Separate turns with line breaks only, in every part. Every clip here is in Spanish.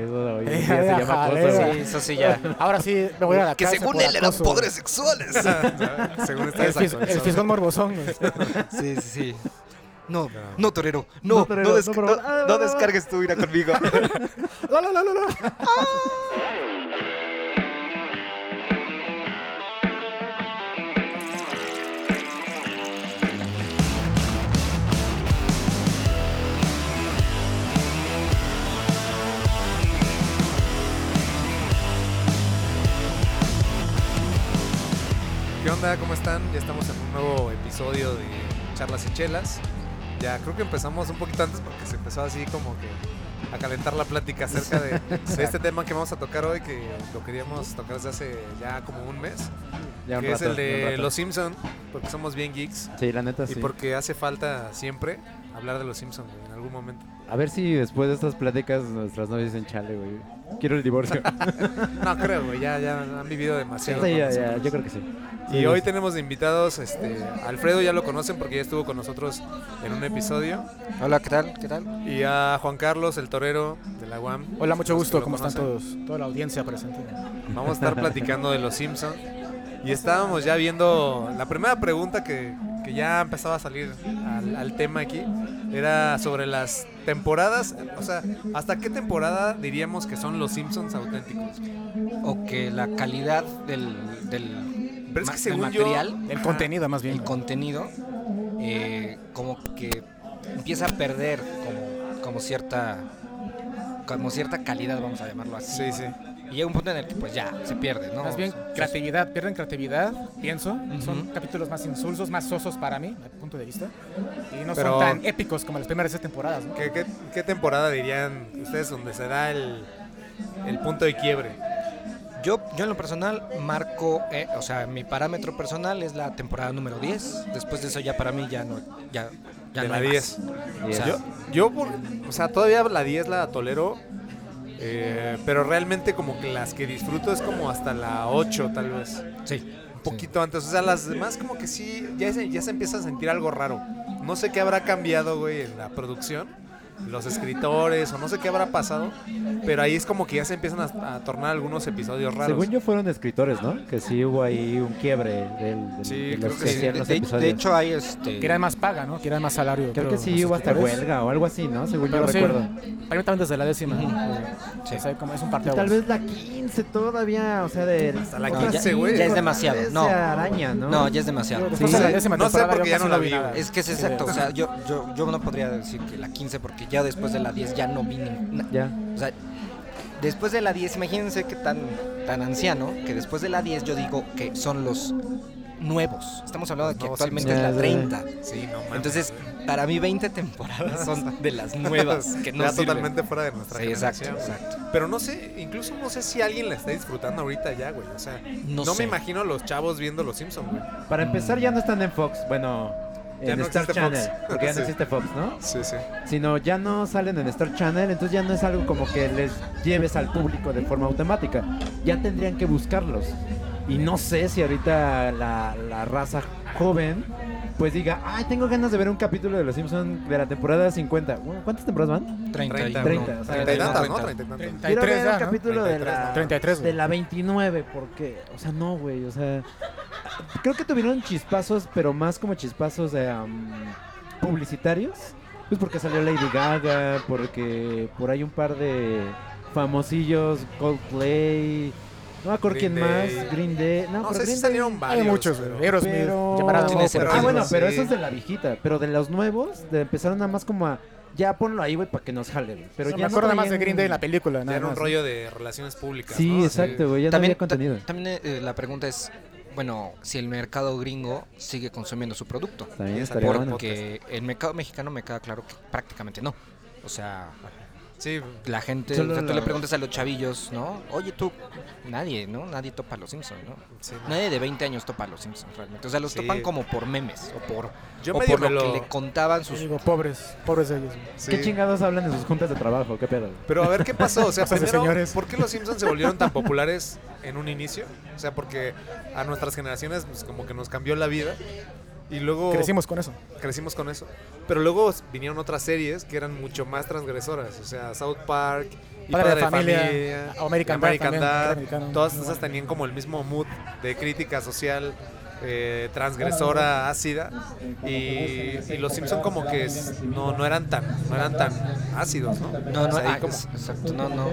hoy en
Ya,
día se
ya,
llama
jaleo.
acoso,
Sí,
güey.
eso sí ya.
Ahora sí, me voy a la
Que
cárcel
según
por
él eran
acoso.
podres sexuales.
Según está
El, fis- el
desactualizado.
fisgón morbosón. güey.
Sí, sí, sí. No,
No.
no, torero.
No,
No, no,
torero,
des-
no, por favor.
Ah,
no- no descargues tu ira conmigo.
La, la, la, la, la.
¿Qué onda? ¿Cómo están? Ya estamos en un nuevo episodio de Charlas y Chelas. Ya creo que empezamos un poquito antes porque se empezó así como que a calentar la plática acerca de, de este tema que vamos a tocar hoy, que lo queríamos tocar desde hace ya como un mes,
Ya un
que es
rato,
el
ya un
de
rato.
Los Simpson, porque somos bien geeks
Sí, la neta sí.
y porque hace falta siempre hablar de Los Simpson güey, en algún momento.
A ver si después de estas pláticas nuestras novias dicen chale, güey. Quiero el divorcio.
No creo, güey, ya, ya han vivido demasiado.
Sí,
con
ya,
Los
ya,
Simpsons.
yo creo que sí.
Y hoy tenemos de invitados, este, Alfredo ya lo conocen porque ya estuvo con nosotros en un episodio.
Hola, ¿qué tal? ¿Qué tal?
Y a Juan Carlos, el torero de la UAM.
Hola, mucho
Los que
gusto.
Pues, lo
¿Cómo están
conocen.
todos? Toda la audiencia presente.
Vamos a estar platicando de los Simpsons. Y estábamos ya viendo la primera pregunta que, que ya empezaba a salir al, al tema aquí. Era sobre las temporadas. O sea, ¿hasta qué temporada diríamos que son los Simpsons auténticos?
O que la calidad del, del,
Pero es
ma-
que
del
según yo-
material,
El contenido, más bien.
el contenido, eh, como que empieza a perder como, como cierta como cierta calidad, vamos a llamarlo así.
Sí, sí.
Y llega un punto en el que pues ya, se pierde, ¿no?
Más bien
pues,
creatividad, pierden creatividad, pienso. Son
Ujú.
capítulos más insulsos, más sosos para mí, a mi punto de vista. Y no
Pero-
son tan épicos como las primeras seis temporadas, ¿no?
¿Qué, qué, qué temporada dirían ustedes donde se da el, el punto de quiebre?
Yo, yo en lo personal marco, eh, o sea, mi parámetro personal es la temporada número 10. Después de eso ya para mí ya no, ya, ya
de
no
la
hay más.
10.
O sea,
Yo, yo por- o sea, todavía la 10 la tolero, eh, pero realmente como que las que disfruto es como hasta la 8 tal vez,
sí.
un poquito antes. O sea, las demás como que sí, ya se, ya se empieza a sentir algo raro. No sé qué habrá cambiado, güey, en la producción, los escritores, o no sé qué habrá pasado, pero ahí es como que ya se empiezan a, a tornar algunos episodios raros.
Según yo fueron escritores, ¿no? Que sí hubo ahí un quiebre del, del-
Sí,
de
creo
los
que
que
sí.
hacían
De,
los
de- de
episodios.
hecho hay este...
Querían más paga, ¿no? Querían más salario.
creo que
creo,
sí
los
hubo hasta
escritores.
huelga o algo así, ¿no? Según yo
Pero sí,
recuerdo.
para mí también desde la décima. ¿no?
Sí.
O sea, como es un
Y
parteaguas.
tal vez la 15 todavía, o sea, de
Hasta la
otras
15, güey.
cinco,
Ya es
demasiado,
esa
no.
araña, ¿no?
No, ya es demasiado.
Después
Sí.
de la décima
No sé
temporada
porque
yo
ya
casi
no la vi,
nada.
Es que es exacto, o sea, yo, yo, yo no podría decir que la 15 porque ya después de la 10 ya no vi ni- na-
Ya.
O sea, después de la 10, imagínense que tan, tan anciano, que después de la 10 yo digo que son los nuevos. Estamos hablando de que
Nuevos
actualmente es
Simpsons.
la
Ya, ya, ya.
30.
Sí, no mames,
Entonces,
güey.
para mí 20 temporadas son de las nuevas, que no
Ya
sirven.
totalmente fuera de nuestra
Sí, exacto,
generación, güey.
exacto.
Pero no sé, incluso no sé si alguien la está disfrutando ahorita ya, güey. O sea,
No,
no,
sé.
me imagino los chavos viendo los Simpsons, güey.
Para empezar, ya no están en Fox. Bueno,
Mm. Ya
en
no
Star
existe Fox.
Channel. Porque ya no
Sí.
existe Fox, ¿no?
Sí, sí.
Sino ya no salen en Star Channel. Entonces ya no es algo como que les lleves al público de forma automática. Ya tendrían que buscarlos. Y no sé si ahorita la, la raza joven. Pues diga, ay, tengo ganas de ver un capítulo de Los Simpsons de la temporada 50. Bueno, ¿Cuántas temporadas van?
30,
30, o sea,
Treinta y tantas, ¿no?
30.
Treinta y tantas.
Quiero
33
ver
ya,
un
¿no?
capítulo de
33,
la,
¿no?
33, güey.
de la 29, porque, o sea, no, güey, o sea, creo que tuvieron chispazos, pero más como chispazos eh, um, publicitarios, pues porque salió Lady Gaga, porque por ahí un par de famosillos, Coldplay, no me acuerdo
Green
quién
Day.
más, Green Day, no,
No
pero
sé si
Green Day-
salieron varios.
Hay muchos, güey.
pero-
Aerosmith,
Pero-
llamarada
Tiene
Bob,
ese
pero-
Ah, bueno,
Sí.
pero eso es de la viejita, pero de los nuevos, de, empezaron nada más como a, ya ponlo ahí, güey, para que nos jale, güey, pero
Pero
ya
me
no
acuerdo nada más de
traían-
Green Day en la película.
Ya
nada
era un
más.
rollo de relaciones públicas.
Sí,
¿no?
exacto, güey, ya no
También,
había contenido.
ta- también eh, la pregunta es, bueno, si el mercado gringo sigue consumiendo su producto.
También
estaría
estaría bueno.
Porque el mercado mexicano me queda claro que prácticamente no. O sea,
Sí,
la gente,
Solo
o sea, tú
la-
le preguntas a los chavillos, ¿no? Oye, tú, nadie, ¿no? Nadie topa a los Simpsons, ¿no?
sí. no.
Nadie de 20 años topa a los Simpsons realmente. O sea, los
Sí.
topan como por memes o por,
Yo
o
medio
por
me
lo,
lo...
que le contaban
Yo
sus...
digo, pobres, pobres de ellos. güey.
sí.
¿Qué chingados hablan en sus juntas de trabajo? ¿Qué pedo?
Pero a ver qué pasó. O sea,
Cosas de
primero,
señores.
¿por qué los Simpsons se volvieron tan populares en un inicio? O sea, porque a nuestras generaciones pues, como que nos cambió la vida. Y luego
Crecimos con eso.
crecimos con eso. Pero luego vinieron otras series que eran mucho más transgresoras. O sea, South Park, y
Padre de Familia, American
y
Dad también,
Dad,
que era americano,
Todas
muy
esas
bueno.
tenían como el mismo mood de crítica social. eh, transgresora ácida y, y los Simpson como que es- no, no eran tan no eran tan ácidos no
No,
O
no,
sea, ahí
ah,
como-
es- exacto, no, no.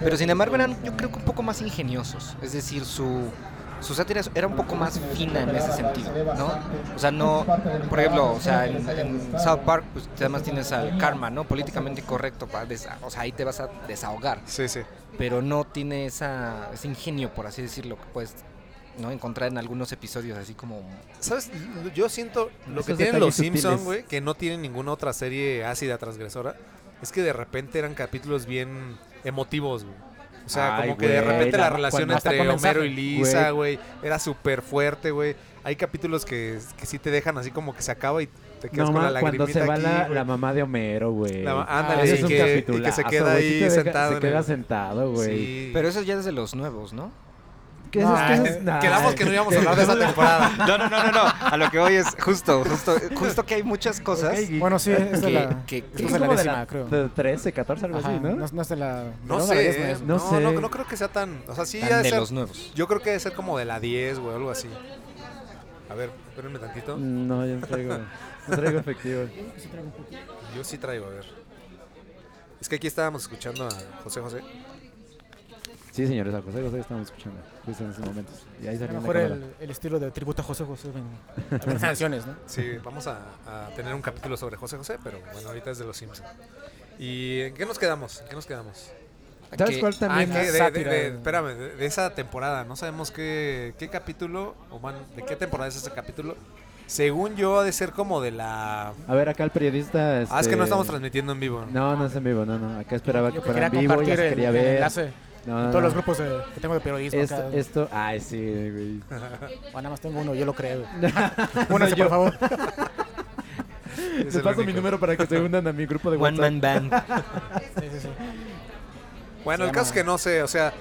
Pero sin embargo eran, yo creo que un poco más ingeniosos. Es decir, su, su sátira era un poco más fina en ese sentido, ¿no? O sea, no, por ejemplo, o sea, en, en South Park, pues además tienes al karma, ¿no? Políticamente correcto, pa- desa- o sea, ahí te vas a desahogar.
sí sí
Pero no tiene esa, ese ingenio, por así decirlo, que puedes ¿no? encontrar en algunos episodios, así como...
¿Sabes? Yo siento lo
Esos
que tienen los
detalles
Simpsons,
sutiles.
güey, que no tienen ninguna otra serie ácida transgresora, es que de repente eran capítulos bien emotivos, güey. O sea,
Ay,
como que de
güey,
repente
la-
la relación
cuando- hasta
entre
con
Homero y
mensaje,
Lisa, güey, era súper fuerte, güey. Hay capítulos que, que sí te dejan así como que se acaba y te quedas
No,
con la
ma, cuando
lagrimita
se va
aquí,
la,
güey.
la mamá de Homero, güey.
La ma-
Ah,
ándale,
ese
y, que, y que se
capitulazo,
queda
güey,
ahí
sí te deja-
sentado.
Se
en
queda
el-
sentado, güey.
Sí. Ah, Eh,
Pero eso ya desde los nuevos, ¿no?
¿Qué esas
Ay,
cosas? Nah.
Quedamos que no íbamos a hablar de esa temporada.
No, no, no, no, no. A lo que voy es justo, justo, justo que hay muchas cosas.
Ok,
Bueno, sí, es de
que-
la.
que-
esto
Pues
que-
Es
es de la
como de
décima,
la
creo.
de 13, 14, algo
Ajá,
así, ¿no?
no, no es de la.
No
de la décima,
sé, eh,
es-
no
no,
sé.
no, no creo que sea tan. O sea, sí, ha
tan
de
de
ser-
los nuevos.
Yo creo que debe ser como de la 10, güey, algo así. A ver, espérenme tantito.
No, yo no traigo, no traigo efectivo.
Yo sí traigo, a ver. Es que aquí estábamos escuchando a José José.
Sí, señores, a José José estamos escuchando justo en esos momentos. Y ahí salió
A lo
en la
mejor
cámara.
el, el estilo de tributo a José José en algunas canciones, ¿no?
Sí, vamos a, a tener un capítulo sobre José José, pero bueno, ahorita es de los Simpsons. ¿Y en qué nos quedamos? ¿En qué nos quedamos?
¿Sabes
que-
cuál
Ah,
también?
que de, de-
sátira.
de- espérame, de, de esa temporada. No sabemos qué, qué capítulo, o man, de qué temporada es ese capítulo. Según yo, ha de ser como de la...
A ver, acá el periodista.
Ah, es que
este,
no estamos transmitiendo en vivo.
No, no es en vivo, no, no. Acá esperaba que
Yo
fuera
quería
en vivo, ya
compartir
se
el,
quería
el
ver.
enlace
No,
en
no,
todos los
no.
grupos de- que tengo de periodismo.
Esto,
acá.
esto, ay, sí, güey.
O nada más tengo uno, yo lo creo. Únanse, por favor.
Es
Te
el
paso mi
único.
número para que se unan a mi grupo de
One
WhatsApp.
Man Band.
Sí, sí, sí.
Bueno,
Se
el caso
llama-
es que no sé, o sea,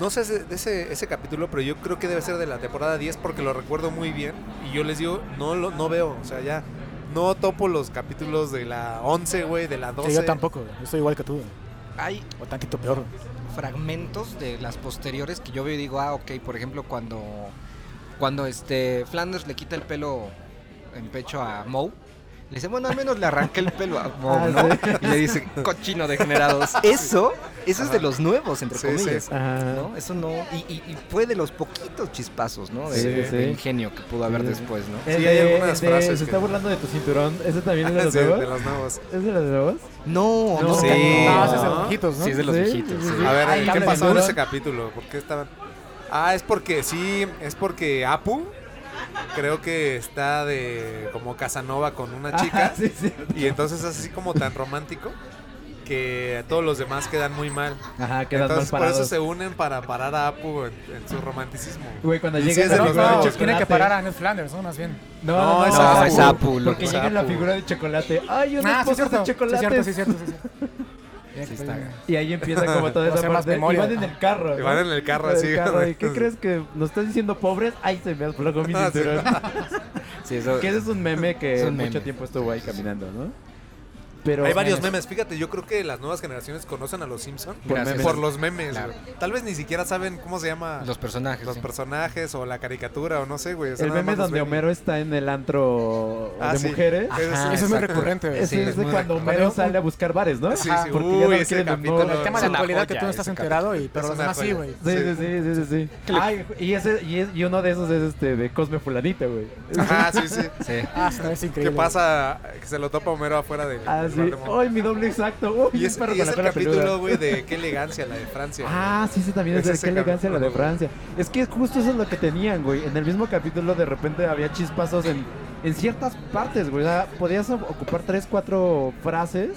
no sé ese- de ese, ese capítulo, pero yo creo que debe ser de la temporada 10 porque lo recuerdo muy bien y yo les digo, no lo no veo, o sea, ya no topo los capítulos de la 11, güey, de la 12.
Sí, yo tampoco. Yo soy igual que tú.
Hay
O tantito peor.
fragmentos de las posteriores que yo veo y digo, ah, ok, por ejemplo, cuando, cuando este Flanders le quita el pelo en pecho a Moe. Le dice, bueno, al menos le arranqué el pelo a
Ah,
Moe, ¿no? Y le dice, cochino degenerados. Eso, eso es de los nuevos, entre
Sí,
comillas.
sí.
Ajá.
¿no? Eso no. Y, y- y fue de los poquitos chispazos, ¿no? De,
Sí,
de
sí.
ingenio que pudo haber
Sí, sí.
después, ¿no?
El
Sí, hay
de-
algunas
el de-
frases
Se
que- Ah,
está burlando de tu cinturón. ¿Ese también es de los
Sí, de
nuevos?
los nuevos.
¿Es de los nuevos?
No,
No,
no,
Sí.
No,
no.
ese es de
¿no?
los viejitos, ¿no?
Sí, es de los
Sí,
viejitos.
sí,
sí.
sí.
A ver,
Ay,
¿qué
cable
pasó en
duro.
ese capítulo? ¿Por qué estaban? Ah, es porque sí, es porque Apu creo que está de como Casanova con una chica.
Ah, sí, sí.
Y entonces es así como tan romántico que todos los demás quedan muy mal.
Ajá, quedan mal
entonces por eso
parados.
se unen para parar a Apu en, en su romanticismo.
Güey, cuando
Sí,
llega
es de
la
los
figura
nuevos.
de
No,
chocolate.
tiene que
chocolate-
parar a Ned Flanders, ¿no? Más bien.
No,
No,
no,
es
no,
Apu.
es
Es Apu, loco,
Porque
es
llega la
Apu.
figura de chocolate. ¡Ay, un
Ah, sí, es
esposo de
cierto. Sí, es cierto,
chocolates!
sí, es cierto. Sí, es cierto. Tiene que
está.
pedir-
Y ahí empieza como toda
O
esa
sea, más
parte. Y
memoria.
van en el carro.
Y
¿no?
van en el carro
Van en
así.
¿Y ¿Qué crees que nos estás diciendo pobres? ¡Ay, se me aflojó mi
Ah, sí.
cinturón!
Sí, eso-
que ese es un meme que
Es un
mucho
meme.
tiempo estuvo ahí caminando, ¿no? Pero
Hay varios memes. Fíjate, yo creo que las nuevas generaciones conocen a los Simpsons
Por
Gracias.
memes.
por los memes.
Claro.
güey. Tal vez ni siquiera saben cómo se llama
Los
los,
personajes. sí.
personajes o la caricatura o no sé, güey. o sea,
El
nada
meme
más los
donde
ven y-
Homero está en el antro
Ah,
de
sí.
mujeres.
Ese Ah, sí.
Ajá,
Eso es muy
exacto.
recurrente.
Ese
sí,
es
es
de
muy
cuando
recomendable.
Homero sale a buscar bares, ¿no?
Sí,
Ajá,
sí.
Porque
Uy,
ya no
ese
quieren un
capítulo.
novio.
El tema
Es
de la
una
actualidad que
joya
tú no estás
ese
enterado, y, pero
Es
los
una
demás sí,
joya.
güey.
Sí, sí,
Sí.
sí, sí, sí, sí. Ay, y, ese, y, es- y uno de esos es este de Cosme Fulanita, güey.
Ajá, sí, sí.
Sí.
Ah, está, es
¿Qué
increíble.
pasa? Que se lo topa Homero afuera de.
Ah,
del
sí.
bar de Momo.
Ay, mi doble exacto. Uy,
Y es,
perro
y
con
es
la
el
cola peluda.
capítulo, güey, de qué elegancia la de Francia.
Ah, sí, sí, también es
Ese
de
se
qué elegancia la
cambió,
de
güey.
Francia. Es que justo eso es lo que tenían, güey. En el mismo capítulo de repente había chispazos en, en ciertas partes, güey. O sea, podías o- ocupar tres, cuatro frases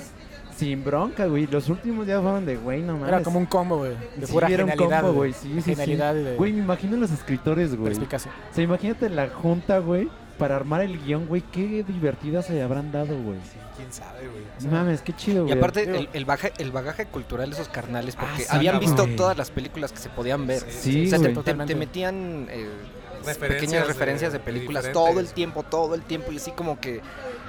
sin bronca, güey. Los últimos ya fueron de, güey, no mames.
Era como un combo, güey. De
Sí,
pura
era un
genialidad.
combo,
güey.
güey. Sí, sí, sí.
Genialidad y de
Güey, me imagino los escritores, güey. O
perspicacia.
sea, imagínate la junta, güey, para armar el guión, güey. Qué divertidas se habrán dado, güey.
güey. ¿Quién sabe, güey?
No Mames, qué chido,
Y
güey.
aparte, el, el baja- el bagaje cultural de esos carnales, porque
Ah, sí,
habían visto
güey.
todas las películas que se podían ver.
Sí,
o sea, te-
güey.
te, te
Totalmente.
metían eh,
Referencias
pequeñas
de-
referencias de,
de
películas
diferentes.
todo el tiempo, todo el tiempo. Y así como que.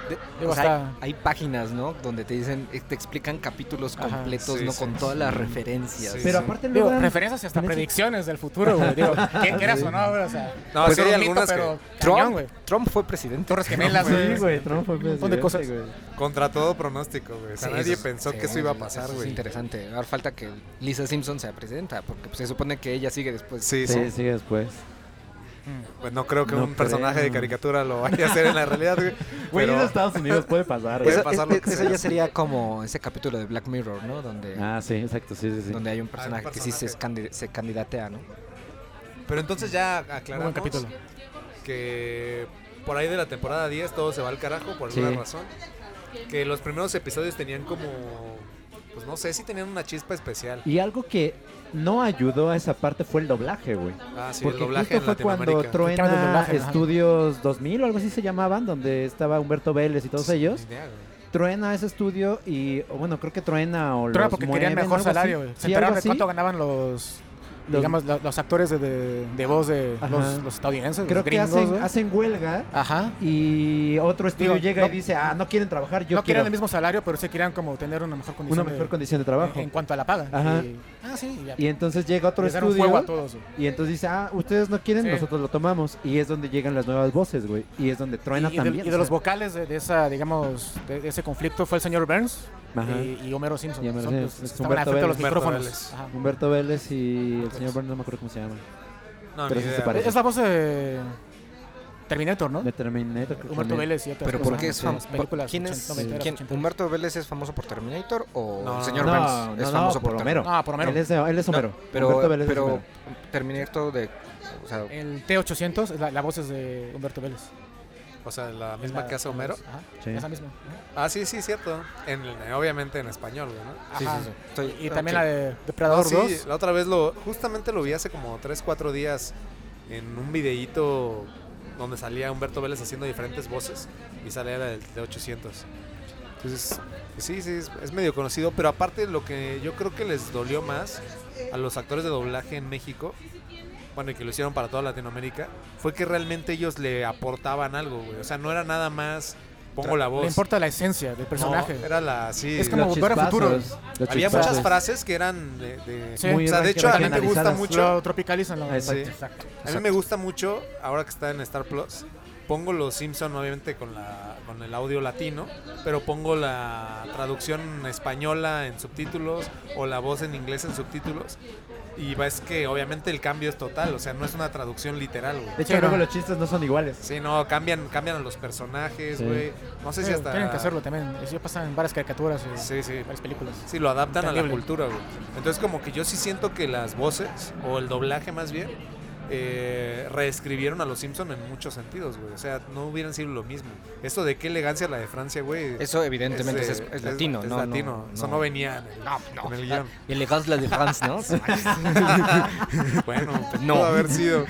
de-
Digo,
o sea,
hasta-
hay, hay páginas, ¿no? Donde te dicen, eh, te explican capítulos
Ajá,
completos,
sí,
¿no?
sí,
con
sí.
todas las referencias.
Sí,
Pero
sí.
aparte
Digo,
luego eran-
referencias y hasta
en ese-
predicciones del futuro, güey. Digo, ¿qué quieras o no, güey? O sea,
Pues
No,
puede
sí
ser
hay
un mito,
algunas que-
pero
Trump,
cañón, güey.
Trump fue presidente.
Torres gemelas,
Sí,
güey.
güey, Trump fue presidente,
cosas.
güey.
Contra todo pronóstico, güey. O sea,
Sí,
nadie
eso-
pensó
sí,
que eso iba a
sí,
pasar,
eso Es
güey.
interesante. Ahora falta que Lisa Simpson sea presidenta, porque pues, se supone que ella sigue después.
Sí, sí.
Sí, sí, después.
Pues no creo que
No
un personaje de
creo.
caricatura lo vaya a hacer en la realidad, güey.
Güey,
Pero-
en Estados Unidos puede pasar, güey.
Puede
Eso,
pasar lo
es-
que
eso
sea.
ya sería como ese capítulo de Black Mirror, ¿no? Donde,
Ah, sí, exacto, sí, sí, sí.
donde hay un personaje, que sí se, es candi- se candidatea, ¿no?
Pero entonces ya
Muy buen
aclaramos
capítulo.
que por ahí de la temporada 10 todo se va al carajo por alguna
Sí.
razón. Que los primeros episodios tenían como... Pues no sé si tenían una chispa especial.
Y algo que no ayudó a esa parte fue el doblaje, güey.
Ah, sí, el
Porque
doblaje
justo
en
fue cuando
Latinoamérica.
Claro, el
Truena
doblaje, ajá.
Estudios 2000 o algo así se llamaban, donde estaba Humberto Vélez y todos ellos.
Ni idea, güey.
Truena ese estudio y, o bueno, creo que Truena o
Trump
los
porque
mueven,
querían mejor
algo así.
salario, güey. Se
Sí, algo
enteraron de
así.
cuánto ganaban los,
Los-
digamos, lo- los, actores de, de- de voz de
Ajá.
los, los estadounidenses,
Creo
los
que
gringos,
hacen,
güey.
hacen huelga
Ajá.
y otro estudio
Digo,
llega
no-
y dice, ah, no quieren trabajar, yo
no
quiero
querían el mismo salario, pero sí querían como tener una mejor condición.
una mejor
de-
condición de
en-
trabajo.
En cuanto a la paga.
Ajá.
Y- ah, sí. y ya.
Y entonces llega otro
Les dieron
estudio
fuego a todos. güey.
y entonces dice, ah, ustedes no quieren,
Sí.
nosotros lo tomamos. Y es donde llegan las nuevas voces, güey. Y es donde
Y,
Truena
y de,
también.
y de
o
los
sea.
vocales de, de esa, digamos, de, de ese conflicto fue el señor Burns eh,
Ajá.
y, y Homero Simpson.
Y Homero
Son pues, los
Simpson,
que
es
estaban
Humberto
al frente de los
Vélez. Humberto
micrófonos.
Vélez.
Ajá.
Humberto Vélez y el señor Burns, no me acuerdo cómo se llama.
No,
Pero
ni
sí se
idea.
parece.
Es la voz de Terminator, ¿no?
De Terminator. creo que
Humberto
también.
Vélez y otras
Pero
cosas,
¿por qué
¿no?
es
Sí, las
famoso?
películas
¿Quién es?
ochenta- noventeras,
quién-
ochentas.
¿Humberto Vélez es famoso por Terminator o
No,
el señor
no,
Burns
no,
es
no,
famoso por,
por
Terminator?
Homero.
No, por lo menos.
Él es, él es
No,
Homero. Humberto
pero,
Vélez es
pero
Homero.
Terminator de... O sea,
El T-800, es la, la voz es de Humberto Vélez.
O sea, la misma
La-
que hace Homero.
Ajá,
Sí.
esa misma.
Ah, sí, sí, cierto. En, el- obviamente en español, güey, ¿no?
sí,
Ajá.
sí, sí. Estoy-
Y también
ok.
la de
No,
Depredador
Ah, sí,
2.
la otra vez lo, justamente lo vi hace como 3, 4 días en un videíto donde salía Humberto Vélez haciendo diferentes voces y salía la del T800. Entonces, sí, sí, es, es medio conocido, pero aparte lo que yo creo que les dolió más a los actores de doblaje en México, bueno, y que lo hicieron para toda Latinoamérica, fue que realmente ellos le aportaban algo, güey. O sea, no era nada más pongo la voz.
Le importa la esencia del
No,
personaje.
era la, sí,
Es
la-
como
Los
Volver al Futuro.
chispazos, los
había
chispazos.
muchas frases que eran de... de-
Sí.
Muy
o sea, de
re-
hecho, a mí me gusta
regionalizadas.
mucho...
Lo tropicalizan. lo-
Exacto.
Sí.
Exacto.
A mí me gusta mucho, ahora que está en Star Plus, pongo los Simpson obviamente con, la, con el audio latino, pero pongo la traducción española en subtítulos o la voz en inglés en subtítulos. Y ves que obviamente el cambio es total, o sea, no es una traducción literal, güey.
De hecho,
Sí,
luego
no.
los chistes no son iguales.
Sí, no, cambian, cambian a los personajes,
Sí.
güey. No sé si
Sí,
hasta...
Eh, Tienen que hacerlo también. Eso pasa en varias caricaturas y
Sí, sí.
varias películas.
Sí, lo adaptan a la
Entendible.
cultura, güey. Entonces, como que yo sí siento que las voces, o el doblaje más bien, eh, reescribieron a los Simpson en muchos sentidos, güey. O sea, no hubieran sido lo mismo. Esto de qué elegancia la de Francia, güey.
Eso evidentemente es,
de-
es latino,
es
¿no?
latino. Eso no venía en el,
No, no.
en el guión.
Elegance la de France, ¿no?
Bueno, pues,
No.
pudo haber sido.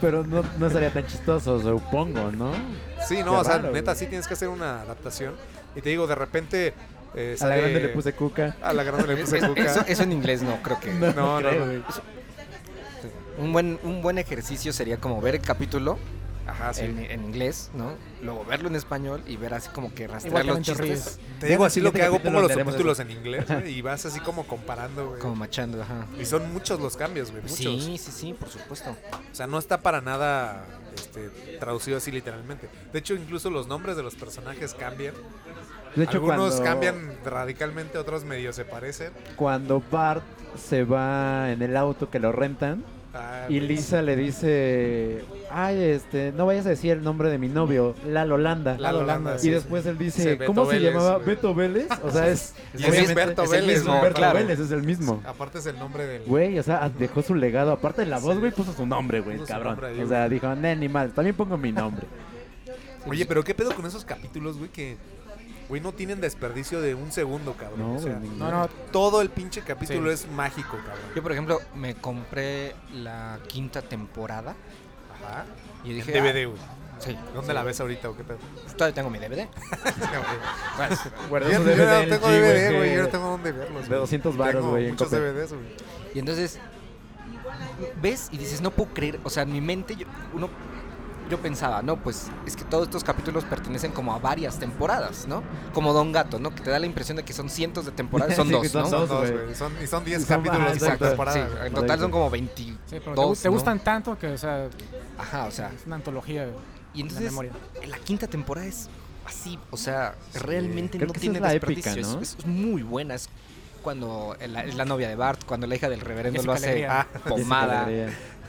Pero no, no sería tan chistoso, supongo, ¿no?
pues, Sí,
Qué
no, o sea,
raro,
neta,
güey.
sí tienes que hacer una adaptación. Y te digo, de repente. eh,
A la
sale-
grande le puse cuca.
A la grande le
Es-
puse
es-
cuca.
eso, eso en inglés no, creo que.
No,
no,
no, creo,
no.
güey.
Un buen, un buen ejercicio sería como ver el capítulo
Ajá, sí.
en, en inglés, ¿no? Luego verlo en español y ver así como que rastrear los
Igualmente
chistes.
ríes.
Te digo así lo
Siguiente
que hago,
capítulo
pongo los
hablaremos de
subtítulos en inglés güey, y vas así como comparando, güey.
Como machando, ajá.
Y son muchos los cambios, güey, muchos.
Sí, sí, sí, por supuesto.
O sea, no está para nada este, traducido así literalmente. De hecho, incluso los nombres de los personajes cambian.
De hecho,
Algunos
cuando,
cambian radicalmente, otros medio se parecen.
cuando Bart se va en el auto que lo rentan
Ah,
y
güey.
Lisa le dice, ay, este, no vayas a decir el nombre de mi novio, Lalo Landa.
Lalo Landa,
Y
sí,
después él
Sí,
dice,
Beto
¿cómo se
Vélez,
llamaba?
güey.
Beto Vélez. O sea, es...
Y ese es
obviamente-
Humberto
es el
Vélez,
mismo,
¿no?
Humberto
claro.
Vélez es el mismo.
Aparte es el nombre del...
Güey, o sea, dejó su legado. Aparte de la voz, güey, puso su nombre, güey,
Puso su
cabrón.
nombre ahí,
o sea, dijo, "Nah, ni mal, también pongo mi nombre.
Oye, pero ¿qué pedo con esos capítulos, güey? Que, güey, no tienen desperdicio de un segundo, cabrón.
No,
o sea,
güey, ni-
No, no,
todo el pinche capítulo
Sí.
es mágico, cabrón.
Yo, por ejemplo, me compré la quinta temporada
Ajá.
y dije.
DVD, güey.
ah, sí.
¿Dónde la ves ahorita o qué pedo?
Pues todavía tengo mi DVD.
Guardó
Yo,
su
yo
DVD
no
del
tengo
G,
DVD, güey.
que-
Yo no tengo dónde verlos.
de
güey.
200 varos,
Tengo
güey, en
Muchos
Coppel.
DVDs, güey.
Y entonces ves y dices, no puedo creer, o sea, en mi mente, yo, uno, yo pensaba, no, pues es que todos estos capítulos pertenecen como a varias temporadas, ¿no? Como Don Gato, ¿no? Que te da la impresión de que son cientos de temporadas, son
Sí, que
dos,
son
¿no?
Son
Dos,
dos,
güey.
güey. Son- Y son
Y
10
son-
capítulos
ah,
de
exacto,
cada temporada.
Sí,
güey.
en total son como 22.
Sí, pero te gu- te,
¿no?
gustan tanto que, o sea,
Ajá, o sea.
es una antología. güey.
Y entonces,
memoria.
en la quinta temporada es así, o sea, realmente
Creo
no
que esa
tiene
es la
desperdicio.
épica,
es-
¿no?
es, es muy buena. Es cuando es la, es la novia de Bart, cuando la hija del reverendo lo
Jessica
hace
Alegría.
ah, pomada,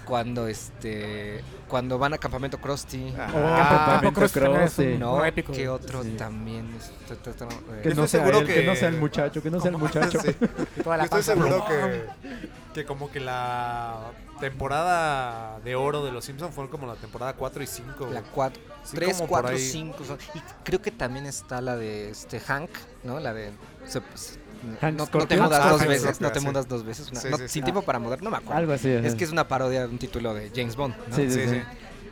cuando este, cuando van a campamento Krusty.
Ah,
Campamento Crust también es
Crust, sí.
un
No,
épico. güey.
que otro
Sí.
también. es- ta- ta- ta- eh,
Que
Yo
no,
estoy
sea
seguro
él, que...
que-
no sea el muchacho, que no sea el muchacho.
Sí.
Toda
Yo
la
estoy
panza
seguro
blum.
que, que como que la temporada de oro de los Simpsons fue como la temporada 4 y 5. güey.
La 4,
Sí,
3,
como por
4,
ahí.
5. Y creo que también está la de este Hank, ¿no? La de. se- se-
Hank
no, no te
Scorpio.
mudas
Ah,
dos
Hank
veces,
Scorpio,
no te
sí.
mudas dos veces. una-
Sí,
no,
sí, sí.
sin tiempo para mudar, no me acuerdo.
Algo así.
Es que es una parodia de un título de James Bond, ¿no?
Sí, sí,
Sí,
sí.
sí.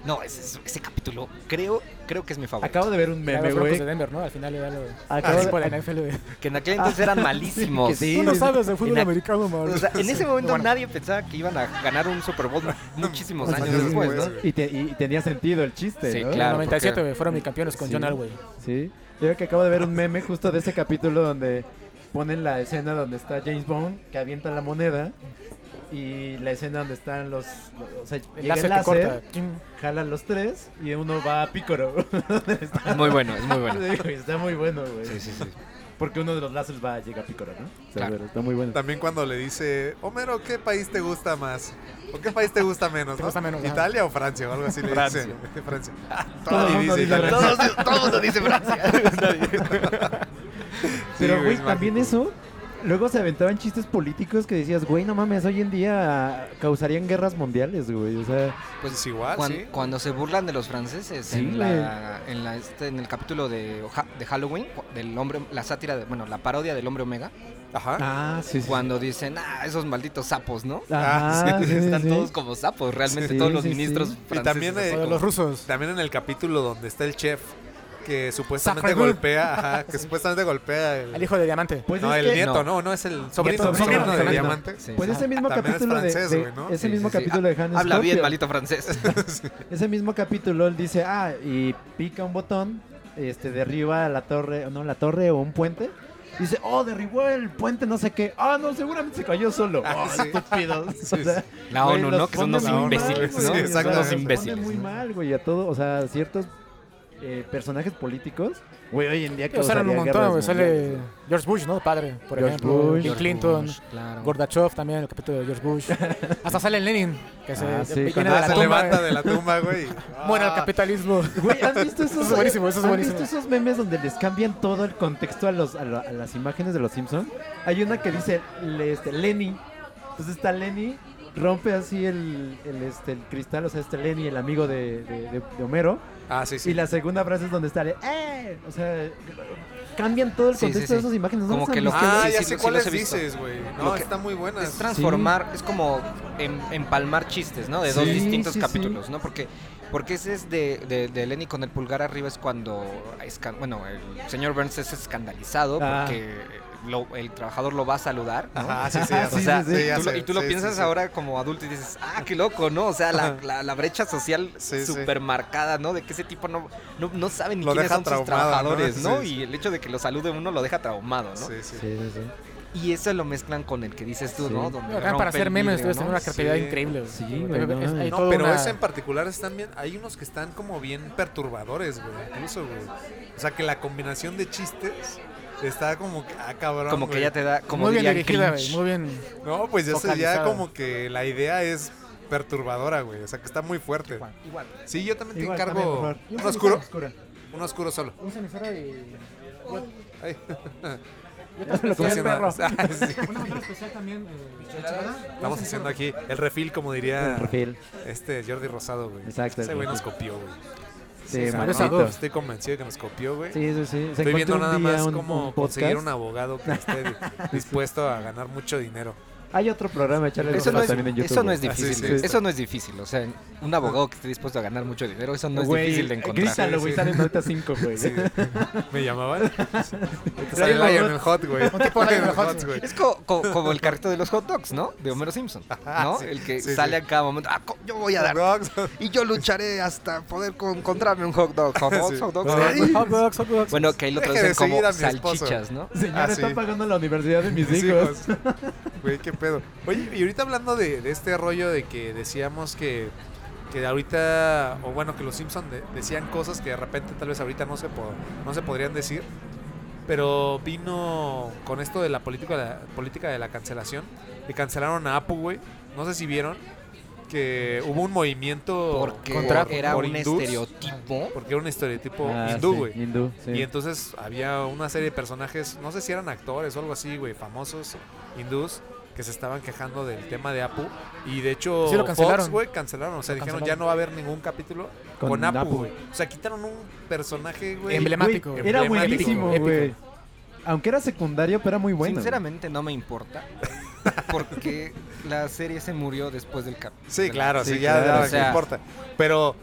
No, ese, es- ese capítulo creo, creo que es mi favorito.
Acabo de ver un
Ya
meme,
los Broncos
güey.
de Denver, ¿no? Al final era lo-
Acabo
el
de- Ah,
equipo de la NFL, güey.
Que en aquel entonces eran malísimos.
sí.
Tú no sabes de fútbol
en-
americano, Mauro.
O sea, en ese momento
Bueno,
nadie pensaba que iban a ganar un Super Bowl muchísimos años
Pues años
después,
después,
¿no?
Y, te- y tenía sentido el chiste,
Sí,
¿no?
En el
claro, porque-
97, güey, fueron bicampeones con
Sí.
John Elway.
Sí. Yo creo que acabo de ver un meme justo de ese capítulo donde ponen la escena donde está James Bond que avienta la moneda y la escena donde están los... O sea,
El
llega
láser
el
que
láser,
corta. Chin.
jalan los tres y uno va a Pícoro.
Es muy bueno, es muy bueno.
está muy bueno, güey.
Sí, sí, sí.
Porque uno de los láseres va a llegar a Pícoro, ¿no? O sea,
Claro.
pero Está muy bueno.
También cuando le dice, Homero, ¿qué país te gusta más? ¿O qué país te gusta menos?
Te
no?
gusta menos, ajá.
¿Italia o Francia? O algo así le
Francia.
dice. Francia.
Todo el
Todo
mundo
dice
dice
Italia.
Francia.
Todos, todos lo dicen Francia.
Pero,
Sí,
güey,
es
también
mágico.
eso. Luego se aventaban chistes políticos que decías, güey, no mames, hoy en día causarían guerras mundiales, güey. O sea,
Pues igual,
Cuan-
sí.
Cuando se burlan de los franceses
Sí,
en, la, en, la- este- en el capítulo de, Oja- de Halloween, cu- del hombre, la sátira, de, bueno, la parodia del hombre omega,
Ajá.
ah, sí, sí.
cuando dicen, ah, esos malditos sapos, ¿no?
Ah, sí, sí,
Están
sí.
todos como sapos, realmente
Sí,
todos los
sí, sí.
ministros
Y
franceses.
también, eh,
O
así
de
como-
los rusos.
También en el capítulo donde está el chef que supuestamente
Sacre-Gul.
golpea, ajá, que supuestamente golpea el,
El hijo de diamante.
Pues
no,
es
el
que-
nieto,
este? no.
no. no, es el sobrino,
Nieto,
el
sobrino,
sobrino de
sobrino.
diamante.
Sí.
Pues ese mismo
También es
capítulo de-
francés,
de,
güey, ¿no?
ese
Sí,
mismo
sí, sí.
capítulo de Hans
Habla bien,
Scorpio.
malito francés.
Ese mismo capítulo él dice, ah, y pica un botón, este, derriba la torre, no, la torre o un puente. Dice, oh, derribó el puente, no sé qué. Ah, no, seguramente se cayó solo.
Ah,
Oh,
sí.
estúpidos.
Sí,
O sea,
La
güey,
ONU,
los
Ah, ¿no? Que son
pone muy
unos
mal,
imbéciles,
güey,
¿no?
o
Sí, exacto.
sea,
Unos
los
imbéciles.
Pone muy mal, güey, a todo, o sea, ciertos eh, personajes políticos, güey, hoy en día que
Usaron un montón, güey. Sale George Bush, ¿no? Padre, por
George
ejemplo.
Bush.
Bill
George
Clinton.
Bush, claro.
Gorbachev también, el capítulo de George Bush. Hasta sale el Lenin, que se,
Ah, sí,
viene
cuando
de
Ah,
la
se
tumba,
levanta
güey.
de la tumba, güey.
Muere el capitalismo.
Güey, ¿has visto esos,
Eso es buenísimo, eso es
¿han
buenísimo.
visto esos memes donde les cambian todo el contexto a, los, a, la- a las imágenes de los Simpsons? Hay una que dice le- este, Lenny. Entonces está Lenny, rompe así el, el, este, el cristal, o sea, este Lenny, el amigo de, de- de- de Homero.
Ah, sí, sí.
Y la segunda frase es donde está de, ¡eh! O sea, cambian todo el
Sí, sí,
contexto
sí.
de esas imágenes. ¿no
Como
las han
que lo-
visto?
Ah,
sí,
ya
sí,
sé
sí,
cuáles
los he visto.
dices, güey.
Lo
No,
que-
están muy buenas.
Es transformar, es como em- empalmar chistes, ¿no? De dos
Sí,
distintos
sí, sí.
capítulos, ¿no? Porque, porque ese es de, de, de Lenny con el pulgar arriba es cuando, esca- bueno, el señor Burns es escandalizado
Ah.
porque lo- el trabajador lo va a saludar, ¿no?
Ajá, sí, sí,
Ah,
ya
sí,
O
sé,
sea,
sí,
sí, ya
tú lo-
sé,
y tú lo
sí, sí,
piensas
sí.
ahora como adulto y dices, ah, qué loco, ¿no? O sea, la, la, la brecha social
Sí, sí.
súper marcada, ¿no? De que ese tipo no, no, no sabe ni
Lo
quiénes
deja
son sus
traumado, ¿no?
trabajadores, ¿no?
Sí, sí.
Y el hecho de que lo salude uno lo deja traumado, ¿no?
Sí, sí.
Sí, sí, sí.
Y eso lo mezclan con el que dices tú,
Sí.
¿no?
Acá
Donde
para
Ah, rompe
hacer
el
memes
vidrio,
debes tener
¿no?
una creatividad
Sí.
increíble. güey.
Sí, güey, no
Es- hay
mames.
No,
toda
pero
una-
ese en particular están bien. Hay unos que están como bien perturbadores, güey. Incluso, güey. O sea, que la combinación de chistes está como que. Ah, cabrón.
Como que
güey.
ya te da, como
Muy bien
dirían,
dirigida, güey.
cringe.
Muy bien.
No, pues ya, sé, ya
focalizada.
como que la idea es perturbadora, güey. O sea, que está muy fuerte.
Igual,
igual.
Sí, yo también te
Igual, también, por
encargo
favor.
un oscuro. Un oscuro solo.
Un cenicero y.
Ay.
Lo comió el perro.
Ah, sí.
Una especial también. eh,
Estamos haciendo aquí el refil, como diría
El perfil.
este Jordi Rosado, güey.
Exacto,
Ese
el
güey nos
perfil.
copió, güey.
Sí,
sí,
maldito.
saludos.
Estoy convencido de que nos copió, güey.
Sí, sí, sí. Se
Estoy
encontró
viendo
un
nada
día
más
un-
cómo
un
conseguir
podcast.
un abogado que esté dispuesto a ganar mucho dinero.
Hay otro programa, Charlie
Eso no, es,
también en YouTube.
eso no es
Ah, sí,
difícil.
sí,
sí.
Eso no es difícil. O sea, un abogado que esté dispuesto a ganar mucho dinero, eso no es
Güey,
difícil de encontrar.
Grítalo, güey,
Sí,
sale
sí.
en nota 5, güey.
Sí, güey. ¿Me llamaban? Sale
Traigo-
Lionel Hot, güey. Lionel Hot, güey.
Es co- co- como el carrito de los hot dogs, ¿no? De Homero Simpson, ¿no?
Ah, Sí,
el que
sí,
sale
sí.
a cada momento, "Ah, co- yo voy a dar
Rocks.
y yo lucharé hasta poder con- encontrarme un hot dog, hot dogs,
Sí.
hot dogs.
Hot
Ay.
dogs.
Hot dogs, hot dogs.
Bueno, que ahí lo
Deje
traducen
de seguir
como
a mi esposo.
salchitas, ¿no?
Señor,
Ah,
está
sí.
pagando la universidad de mis
Mis
hijos.
pues,
hijos. Güey, qué pedo. Oye, y ahorita hablando de, de este rollo de que decíamos que, que ahorita, o bueno, que los Simpson de- decían cosas que de repente tal vez ahorita no se, po- no se podrían decir, pero vino con esto de la política, la política de la cancelación, que cancelaron a Apu, güey. No sé si vieron que hubo un movimiento
Porque
contra-
era
por
un
hindús,
estereotipo.
Porque era un estereotipo
Ah,
hindú,
sí,
güey.
Hindú, sí.
Y entonces había una serie de personajes, no sé si eran actores o algo así, güey, famosos, hindús, que se estaban quejando del tema de Apu. Y de hecho,
Sí, lo
Fox,
cancelaron.
güey, cancelaron. O sea,
Lo
dijeron,
cancelaron.
ya no va a haber ningún capítulo
Con
con, Apu,
Apu.
güey. O sea, quitaron un personaje, güey.
Emblema- emblemático,
Güey,
güey.
Era
Emblemático,
buenísimo,
épico.
güey. Aunque era secundario, pero era muy bueno.
Sinceramente no me importa porque la serie se murió después del capítulo.
Sí, claro, sí,
Sí,
ya,
claro.
ya,
O
no
sea-
importa. Pero...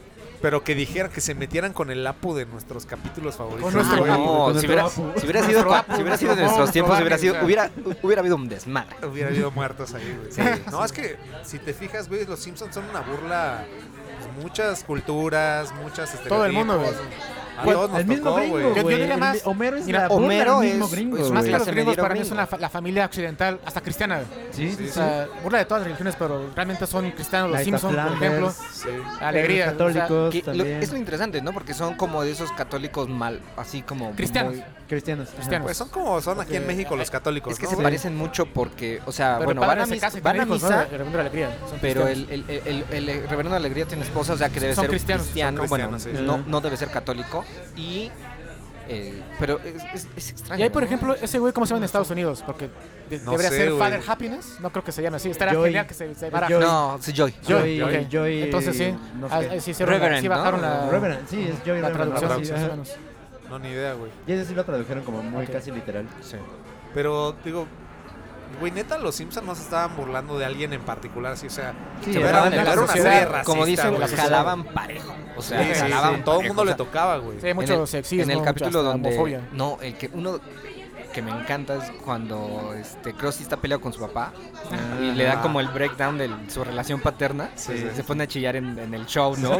Pero que dijeran que se metieran con el Apu de nuestros capítulos favoritos.
Con nuestro
güey.
Apu.
no,
con
si
nuestro
hubiera,
Apu.
si hubiera sido,
Nuestro
cua-
Apu,
si hubiera
nuestro
sido de nuestros
Apu,
tiempos,
Apu,
hubiera, sido,
o sea.
hubiera, hubiera habido un desmadre.
Hubiera habido muertos ahí, güey.
Sí,
no, es que si te fijas, güey, los Simpsons son una burla. pues, muchas culturas, muchas
Todo el mundo,
estereotipos. A
Güey,
todos nos
Pues, el mismo
tocó,
gringo,
güey.
Yo- yo
güey.
diría
El
más-
mi- Homero es
mira,
la burla
Homero
del mismo
es-
gringo,
Más
es
que
Sí.
güey.
los
Se me
gringos,
dieron
para mí es
gringo.
una fa- la familia occidental, hasta cristiana. güey.
Sí, sí,
Sí,
sí.
O sea, burla de todas las religiones, pero realmente son cristianos, los
Ahí está
Simpsons, por ejemplo.
Flanders,
Sí.
Alegría.
los católicos
Que lo-
también.
es lo interesante, ¿no? Porque son como de esos católicos mal, así como...
Cristianos.
muy-
Cristianos. ajá.
Cristianos.
Pues son como son aquí en México los católicos,
es que
¿no?
se
güey?
parecen mucho porque, o sea,
Pero
bueno,
el
van
padre
a
se
misa,
casa y
van a
tiene hijos,
misa
¿no? El reverendo de la alegría. son
pero
cristianos.
el, el, el, el- el reverendo de alegría tiene esposa, o sea que debe
Son
ser
cristianos, son
cristiano, bueno,
cristianos, sí,
sí.
no, no debe ser católico. Y, eh, pero es, es- es extraño.
Y ahí, por
¿no?
ejemplo, ese güey, ¿cómo se llama en Estados Unidos? Porque de-
No
debería
sé,
ser
güey.
Father Happiness. No creo que se llame así. Estará
Joy.
genial que se, se llamara
Joy.
No, sí, Joy.
Joy,
Joy,
Joy,
ok.
Joy,
Entonces sí,
no sé
ah,
qué.
sí, hicieron la- sí
Reverend, ¿no?
bajaron la,
Reverend, sí, es Joy
la
Reverend.
traducción, sí,
Reverend,
más o
ajá.
menos.
No, ni idea, güey.
Y ese sí lo tradujeron como muy
Ok.
casi literal.
Pero, digo, güey, neta, los Simpsons no se estaban burlando de alguien en particular, sí, o sea,
Sí,
se
era
era,
de
era
la
una
sociedad,
serie racista,
Como dicen,
güey.
la sociedad.
jalaban parejo. O
Sí,
sea,
sí, sí,
jalaban
todo el
parejo,
mundo
o
le
sea,
tocaba, güey.
Sí, mucho
en el,
sexismo.
en el
mucha
capítulo
hasta
donde
homofobia.
no el que uno que me encanta es cuando este Krusty está peleado con su papá y le da como el breakdown de su relación paterna
Sí, sí.
se pone a chillar en, en el show no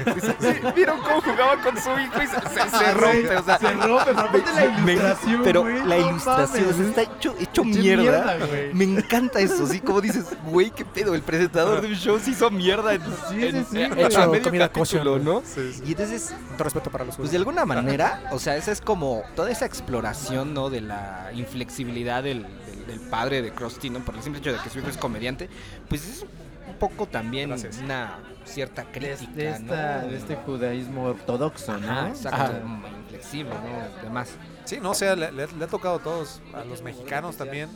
vieron cómo jugaba con su hijo y se, se- se rompe o sea
Se rompe, pero aparte la
me-
ilustración,
pero
güey,
la
no
ilustración
mames.
o sea, está hecho, hecho
Pinche
mierda,
güey.
me encanta eso sí como dices güey qué pedo el presentador de un show se hizo mierda en,
Sí, sí,
en-
sí,
en
güey.
Hecho
medio
comida
capítulo,
kosher.
no
Sí, sí.
y entonces
Con todo respeto para los
pues
judíos.
de alguna manera, o sea, esa es como toda esa exploración, ¿no? De la inflexibilidad del, del- del padre de Krusty, ¿no? Por el simple hecho de que su hijo es comediante, pues es un poco también
Gracias.
una cierta
De,
crítica,
de esta-
¿no?
de este judaísmo ortodoxo, ¿no? Ah.
Ajá, exacto,
Ajá.
mm, inflexible, ¿no? Demás.
Sí, no, o sea, le, le- le ha tocado a todos, a los mexicanos también.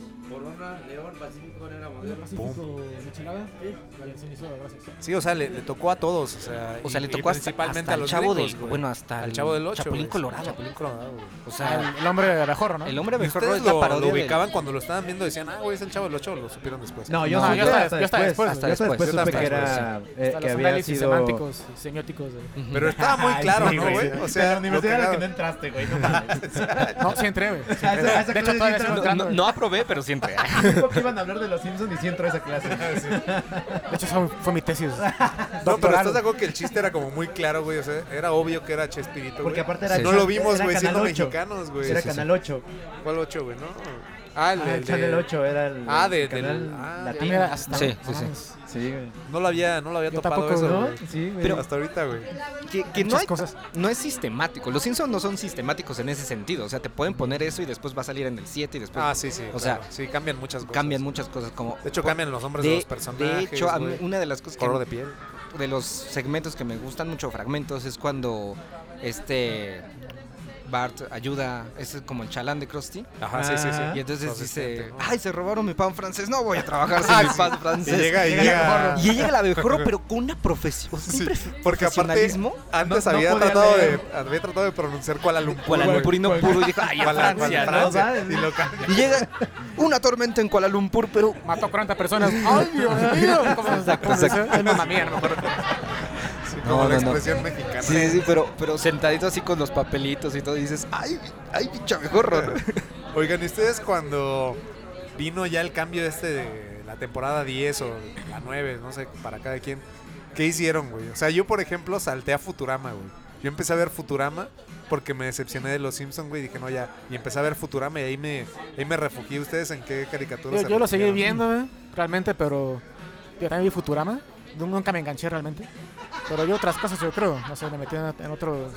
Sí, o sea, le, le tocó a todos, o sea,
O sea,
y-
le
y
tocó hasta, hasta
principalmente a
el
los
chavo
gringos,
del,
güey.
bueno, hasta
al
el
chavo del 8.
Chapulín Colorado.
Chapulín Colorado, güey.
O
Ah,
sea,
el, el hombre de abejorro, ¿no?
el hombre mejor
Ustedes
es la
lo, lo
parodia del-
ubicaban cuando lo estaban viendo, decían, ah, güey, es el chavo del 8, lo supieron después.
No, yo,
No,
supe
yo
hasta-
hasta
yo hasta
después.
después,
yo hasta después
yo hasta
supe que
después,
era eh,
Hasta
que
los
había
análisis
sido
semánticos y semióticos. de-
Ujú.
Pero estaba muy claro, ¿no, güey? O sea, lo cagado.
entraste, güey. No mames.
No, sí entré, güey. Sí
A
entré.
esa- a esa
De
clase
hecho,
sí
todavía
entré.
sigo
No,
entrando.
no- no aprobé, pero siempre.
Dijo que iban a hablar de los Simpsons y sí entró a esa clase.
Ah,
De hecho, eso fue mi tesis.
No, pero
Doctoral.
estás de acuerdo que el chiste era como muy claro, güey. O sea, era obvio que era Chespirito.
Porque
güey.
aparte era
No
Chon-
lo vimos,
era
güey, siendo
Canal ocho.
mexicanos, güey.
Era
Sí, sí.
Canal 8.
¿Cuál 8, güey? No. Ah, el,
Ah,
del-
el Channel 8 era el
Ah, de-
canal
del- ah,
Ah,
latino.
mira, hasta-
Sí, sí, sí.
mames.
Sí, güey.
No lo había, no lo había
Yo
topado
tampoco,
eso,
¿no?
güey.
Sí, güey.
Hasta ahorita, güey.
que, que no,
Muchas
hay-
cosas.
no es sistemático. Los Simpsons no son sistemáticos en ese sentido. O sea, te pueden poner eso y después va a salir en el 7 y después
Ah, sí, sí.
O
O
sea,
sea, sí, cambian muchas cosas.
cambian muchas cosas como
De hecho,
por-
cambian los nombres de,
de,
los personajes.
de hecho a mí
güey.
una de las cosas que-
color de piel.
de los segmentos que me gustan mucho fragmentos es cuando este Bart ayuda, es como el chalán de Krusty.
Ajá, sí, sí, sí.
Ah.
Y entonces
Los
dice,
asistentes.
ay, se robaron mi pan francés, no voy a trabajar sin mi pan
Y
francés.
llega y llega.
Y ella la abejorro, pero con una profesión, un
Sí,
profe-
porque aparte
profesionalismo.
antes
No- no
había,
podía
tratado de,
leer.
había tratado de pronunciar cuál Lumpur.
Kuala
güey.
Lumpurino puro y dijo, ay, a
Kuala- Kuala
Francia, ¿no?
Francia,
¿Verdad?
Y lo cambia.
Y llega una tormenta en Kuala Lumpur, pero
Mató 40 personas. ¡Ay, Dios mío! ¿Cómo
Exacto, exacto.
Ay, mamá mía, no me acuerdo.
Sí,
No,
como la
no, no.
expresión mexicana.
Sí, sí, sí, pero, pero sentadito así con los papelitos y todo, y dices, ay, ay, pinche abejorro. ¿no?
Oigan, ¿y ustedes cuando vino ya el cambio este de la temporada 10 o la 9, no sé, para cada quien, ¿qué hicieron, güey? O sea, yo, por ejemplo, salté a Futurama, güey. Yo empecé a ver Futurama porque me decepcioné de los Simpsons, güey. Dije, no, ya. Y empecé a ver Futurama y ahí me, ahí me refugié. ¿Ustedes en qué caricatura
Yo, yo lo seguí
refugiaron?
viendo, eh, realmente, pero yo también vi Futurama. Nun- Nunca me enganché realmente. Pero yo otras cosas, yo creo. No sé, me metí en, en otros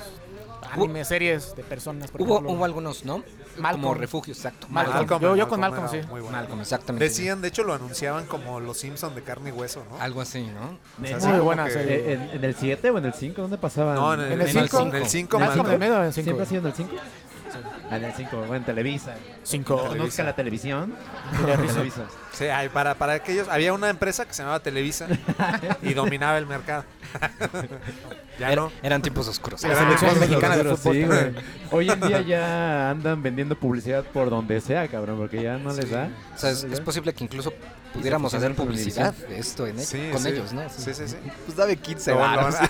anime, series de personas. Por
Hubo,
ejemplo.
hubo algunos, ¿no?
Malcolm.
Como refugios, exacto.
Malcolm. Yo- yo con Malcolm,
era
sí.
ah, muy bueno.
Malcolm, exactamente.
Decían, de hecho, lo anunciaban como los Simpsons de carne y hueso, ¿no?
Algo así, ¿no?
O sea,
Muy
así como
buena
que-
serie.
Eh, ¿En, en el 7 o en el 5? ¿Dónde pasaba?
No, en el,
En el
cinco-
cinco.
En el 5,
Malcolm de medio en
¿Siempre ha
5.
sido en el 5? Ah, En el 5, bueno, en Televisa.
Cinco.
Conozca la televisión. Televisa.
Sí, ay, para, para aquellos. Había una empresa que se llamaba Televisa y dominaba el mercado. ya no.
Eran tiempos oscuros.
La selección
Hermosos
mexicana de
Pero
fútbol.
Ah, sí,
también.
güey. Hoy en día ya andan vendiendo publicidad por donde sea, cabrón, porque ya no les da.
O sea, es, es posible que incluso pudiéramos hacer
fusionaron con
publicidad de esto en ellos,
Sí,
con
sí.
ellos, ¿no?
Sí, sí, sí.
Pues dame 15
No, lo
varos.
van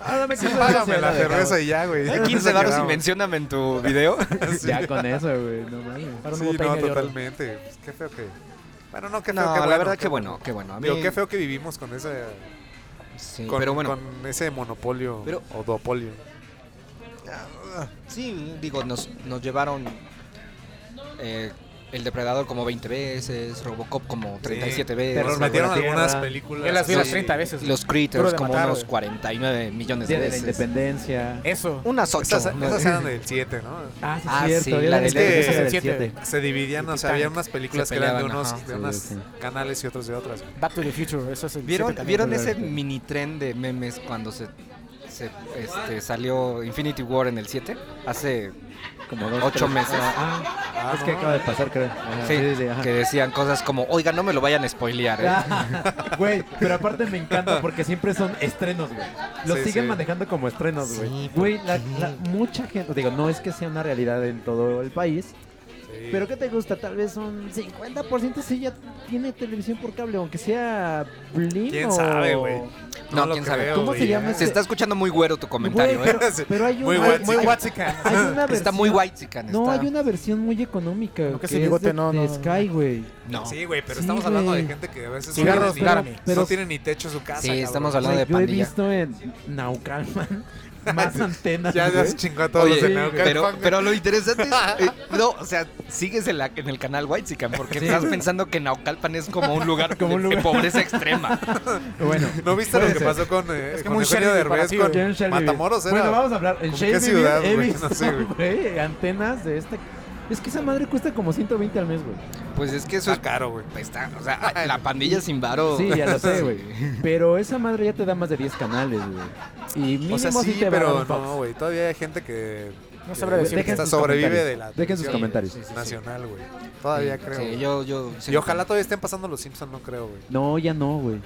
Ah, dame
a- sí,
quince varos,
págame la
ya, cabrón.
cerveza y ya, güey.
Dame
Nos
15 varos y
quedamos.
mencióname en tu video.
Ya con eso, güey, no mames.
Para un
Sí,
nuevo
no,
peine de oro.
totalmente. Pues, qué feo que. Bueno, no, qué feo,
No,
qué
la
bueno.
verdad
qué
que bueno, qué bueno. A mí,
Digo, qué feo que vivimos con ese,
sí,
con,
pero bueno,
con ese monopolio
Pero-
o duopolio.
sí, digo, nos, nos llevaron eh, El Depredador como 20 veces, Robocop como 37 veces.
Pero nos
Terror
metieron
bajo la
algunas
tierra.
películas.
Yo las vi
así.
las 30 veces.
Y Los
Duro
Critters
de
como
matar,
unos
güey.
49 millones de
Día de la
veces.
Independencia.
Eso.
Unas 8.
Esas, esas eran del 7, ¿no?
Ah, sí,
Ah,
es
sí,
cierto. Día
la
de la
de-
Independencia
es que-
del
siete.
7.
Se dividían, o sea,
Titanic.
había unas películas
Se
que eran de
peleaban,
unos,
ajá.
de unos
Sí, sí.
canales y otros de otras.
Back to the Future. Eso es el
¿Vieron,
siete también.
¿vieron
pero
ese
ahorita.
mini tren de memes cuando se, se, este, salió Infinity War en el 7? Hace
Como dos,
Ocho
tres.
meses.
Ah, ah, es que acaba de pasar, creo. Ajá,
sí,
Ah, sí, sí, ajá.
que decían cosas como, oiga, no me lo vayan a spoilear. ¿eh".
Ah, Güey, pero aparte me encanta porque siempre son estrenos, güey. Los
Sí,
siguen
sí.
manejando como estrenos, güey.
Sí, ¿por
güey, la- la- mucha gente, digo, no es que sea una realidad en todo el país,
Sí.
pero ¿qué te gusta? Tal vez un 50% sí ya tiene televisión por cable, aunque sea Blim
¿Quién
o-
sabe, güey?
No,
lo
quién
que
sabe.
veo,
¿Cómo
güey,
se
ya.
llama
Se está escuchando muy güero tu comentario.
Güey,
¿eh?
pero, pero hay
Muy
una,
guay,
Muy
sí.
guachica.
hay una versión,
Está muy guayzican.
No,
está-
hay una versión muy económica
Lo que
que
ese bigote
es de,
no-
de
no-
Sky, güey.
No.
Sí, güey, pero
Sí,
estamos hablando de
güey.
gente que a veces
Cigarros,
no, tiene
claro.
ni, no
pero-
tiene ni techo su casa.
Sí,
cabrón.
estamos hablando
Güey,
de
yo he
pandilla.
visto en Naucalpan más antenas.
Ya
güey.
se chingó a todos
Oye,
los de
sí,
Naucalpan,
pero,
güey.
pero lo interesante es, eh, no, o sea, sigues en, la- en el canal Whitezican porque
Sí,
estás
güey.
pensando que Naucalpan es como un lugar,
Como un
de-
lugar.
de pobreza extrema.
Bueno,
¿No viste lo
puede
que
ser.
pasó con, eh,
Es que
con
muy
Eugenio
Shelby
Derbez
para ti,
Yo en
con
Shelbyville.
Matamoros? Era,
Bueno, vamos a hablar. En
¿Cómo qué
Shelbyville
ciudad,
he
güey?
visto,
No sé, güey.
güey, antenas de esta. Es que esa madre cuesta como 120 al mes, güey.
Pues es que eso es
Está caro, güey.
Está, o sea, la pandilla sin varo.
Sí, ya lo sé,
Sí.
güey. Pero esa madre ya te da más de 10 canales, güey. Y mínimo
O sea,
sí,
sí,
te va a dar
pero
un Fox.
no, güey. Todavía hay gente que...
No
que
sabrá decir.
Dejen
está-
sus
sobrevive
comentarios.
de la
Dejen sus
televisión.
comentarios.
Nacional, güey. Todavía creo.
Sí,
güey.
yo, yo.
y ojalá todavía estén pasando los Simpsons, no creo, güey.
No, ya no, güey.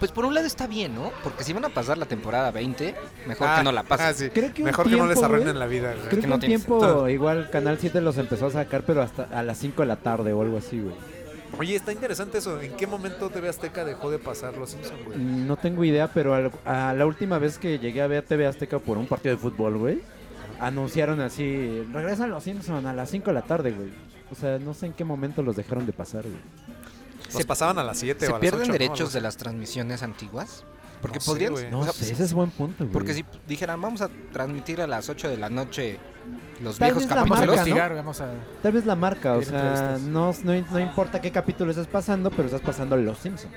Pues por un lado está bien, ¿no? Porque si van a pasar la temporada 20, mejor que no la pasen.
Ah, sí.
Creo que un
Mejor que no les
tiempo,
arruinen
güey.
la vida,
Creo
güey.
que
no
un
tiene
tiempo,
sentido.
igual Canal 7 los empezó a sacar, pero hasta a las 5 de la tarde o algo así, güey.
Oye, está interesante eso. ¿En qué momento TV Azteca dejó de pasar los Simpsons,
Mm,
güey?
No tengo idea, pero al- a la última vez que llegué a ver TV Azteca por un partido de fútbol, güey, anunciaron así, regresan los Simpson a las 5 de la tarde, güey. O sea, no sé en qué momento los dejaron de pasar, güey.
Los pasaban a las 7
¿Se
o a las 8.
pierden derechos de las transmisiones antiguas? Porque
No sé,
podrían.
güey.
No
Eh, o sea,
sé, ese es buen punto, güey.
Porque si dijeran, vamos a transmitir a las 8 de la noche los
Tal
viejos
vez la
Vamos a
marca,
capítulos.
¿no?
investigar, vamos a...
Tal vez la marca, o
Tienen
sea,
entrevistas.
no, no, no importa qué capítulo estás pasando, pero estás pasando los Simpson.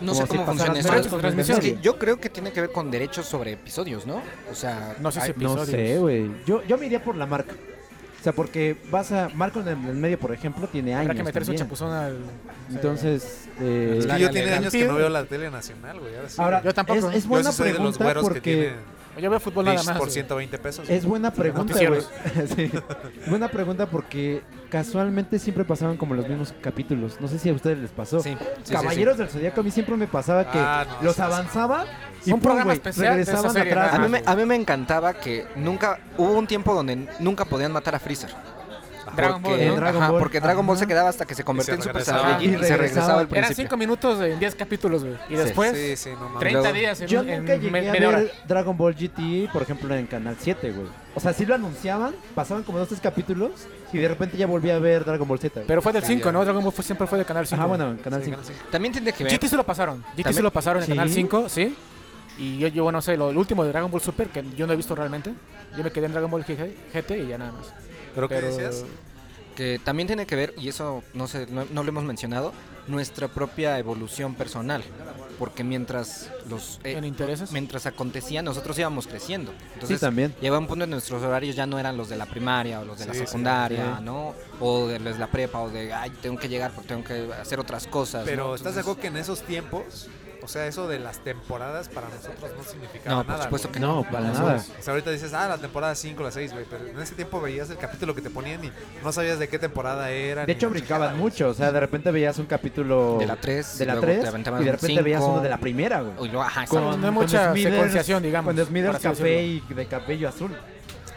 No sé
pasaran
cómo funciona
derechos
eso.
de
Es
transmisión.
que yo creo que tiene que ver con derechos sobre episodios, ¿no? O sea,
No sé si
hay-
No
episodios.
sé, güey. Yo, yo me iría por la marca. O sea, porque vas a... Marco en el en el medio, por ejemplo, tiene años
Habrá que meter su
también.
chapuzón al...
Entonces... eh,
Es que
La
yo tiene
galería.
años que no veo la tele nacional, güey. Ahora sí.
Ahora,
Yo tampoco.
Es, es
Yo
buena
sí soy de los
pregunta
güeros
porque...
que tienen.
Yo veo fútbol nada
Dish
más.
por
güey.
120 pesos.
Es buena pregunta, güey.
noticieros.
Sí. Buena pregunta porque casualmente siempre pasaban como los mismos capítulos. No sé si a ustedes les pasó.
Sí, sí, sí,
Caballeros del Zodíaco a mí siempre me pasaba que
Ah, no,
los
sí, sí.
avanzaba y
Un
pum,
programa
güey,
especial de esa
regresaban
serie,
sí. A
atrás.
nada
mí, me, a mí me encantaba que nunca. Hubo un tiempo donde nunca podían matar a Freezer.
Dragon Ball,
porque
¿no?
En Dragon
ajá,
Ball.
porque Dragon Ball
Ajá.
se quedaba hasta que se convertía en Super
regresaba.
Saiyajin
Y
y, se regresaba
regresaba.
al
Eran
principio.
5 minutos en 10 capítulos, güey. Y
Sí.
después,
sí, sí, no mames.
30
Luego-
días en,
Yo
en
nunca
me-
llegué a
media hora.
ver Dragon Ball GT, por ejemplo, en Canal 7, güey. O sea, sí lo anunciaban, pasaban como dos, tres capítulos y de repente ya volví a ver Dragon Ball Z. güey.
Pero fue del
Ya,
5,
ya.
¿no? Dragon Ball fue- siempre fue de Canal 5.
Ajá, bueno, en Canal
Sí,
5.
sí.
También tiene que ver.
GT se lo pasaron. GT se
También-
lo pasaron en
Sí.
Canal 5, sí. Y yo, yo, bueno, no sé, lo, lo último de Dragon Ball Super, que yo no he visto realmente. Yo me quedé en Dragon Ball GT GT y ya nada más.
¿Pero qué
Pero-
decías?
que también tiene que ver, y eso no, sé, no, no lo hemos mencionado, nuestra propia evolución personal. Porque mientras los eh,
¿En intereses?
mientras acontecía, nosotros íbamos creciendo. Entonces,
Sí, también.
Lleva un punto en nuestros horarios ya no eran los de la primaria o los de la
Sí, sí,
secundaria,
sí.
¿no? O de los de la prepa o de, ay, tengo que llegar porque tengo que hacer otras cosas.
Pero
¿no?
¿estás de
Entonces-
acuerdo que en esos tiempos, o sea, eso de las temporadas para nosotros no significaba
No,
nada?
por supuesto
güey?
que
No, para nada.
O sea, ahorita dices, ah, la temporada 5, la 6, güey, pero en ese tiempo veías el capítulo que te ponían y no sabías de qué temporada era.
De
ni
hecho,
mucho
brincaban
nada,
mucho. O sea, de repente veías un capítulo
De la tres,
de
y
la
luego
3
te aventaban
y de repente
cinco.
veías uno de la primera,
O- y
güey.
luego, ajá, exacto.
No hay mucha
Smithers-
secuenciación, digamos,
Con Smithers
por así
café y de cabello azul.
güey.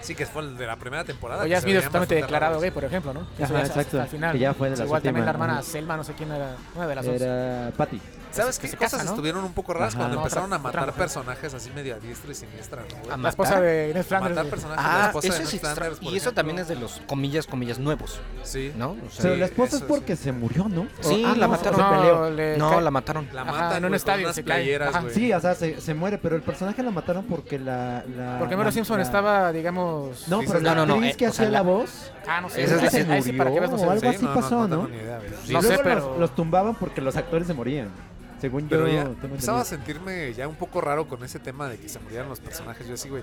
Sí, que fue el de la primera temporada.
O
que
ya
se
es video
veían
totalmente
bastante
declarado
raros.
gay, por ejemplo, ¿no? Que
Ajá,
eso ya es hasta
exacto.
el final.
Que ya fue de las
Igual también la
últimas,
hermana
ajá.
Selma, no sé quién era, una de las dos.
Era Patty.
¿Sabes
que
qué
se
cosas
casan, ¿no?
estuvieron un poco raras
Ajá.
cuando
No, otra-
empezaron a
otra
matar
mujer.
personajes así medio a diestra y siniestra, ¿no, güey?
Ah,
La esposa
matar.
de Inés Flanders.
Matar
güey.
personajes la
Ah,
esposa de
eso es
Ned
extra-
Flanders, por
Y eso
ejemplo.
también es de los comillas, comillas nuevos,
Sí.
¿no? O
O sea,
sea,
Sí,
la esposa es
eso
porque
sí.
se murió, ¿no?
Sí,
Ah,
la
no,
mataron.
se peleó.
le
no,
cae-
la mataron.
La
Ajá,
matan
en un
güey, con
estadio
unas
se cae.
playeras,
Ajá.
güey.
Sí, o sea, se, se muere, pero el personaje la mataron porque la... la
Porque Mero
la-
Simpson
la-
estaba, digamos.
No,
Sí,
pero
sí,
la
no, no, no,
actriz
eh,
que
o
hacía
sea,
la
la-
voz...
Ah, no sé.
Esa es la
ahí sí- ahí sí, para que veas, no sé.
o algo
Sí,
así pasó, ¿no?
tengo ni idea, güey.
No
Y luego
sé, pero-
los, los tumbaban porque los actores se morían. Según
Pero
yo...
ya
tengo
empezaba a
entendido.
sentirme ya un poco raro con ese tema de que se murieran los personajes. Yo así, güey.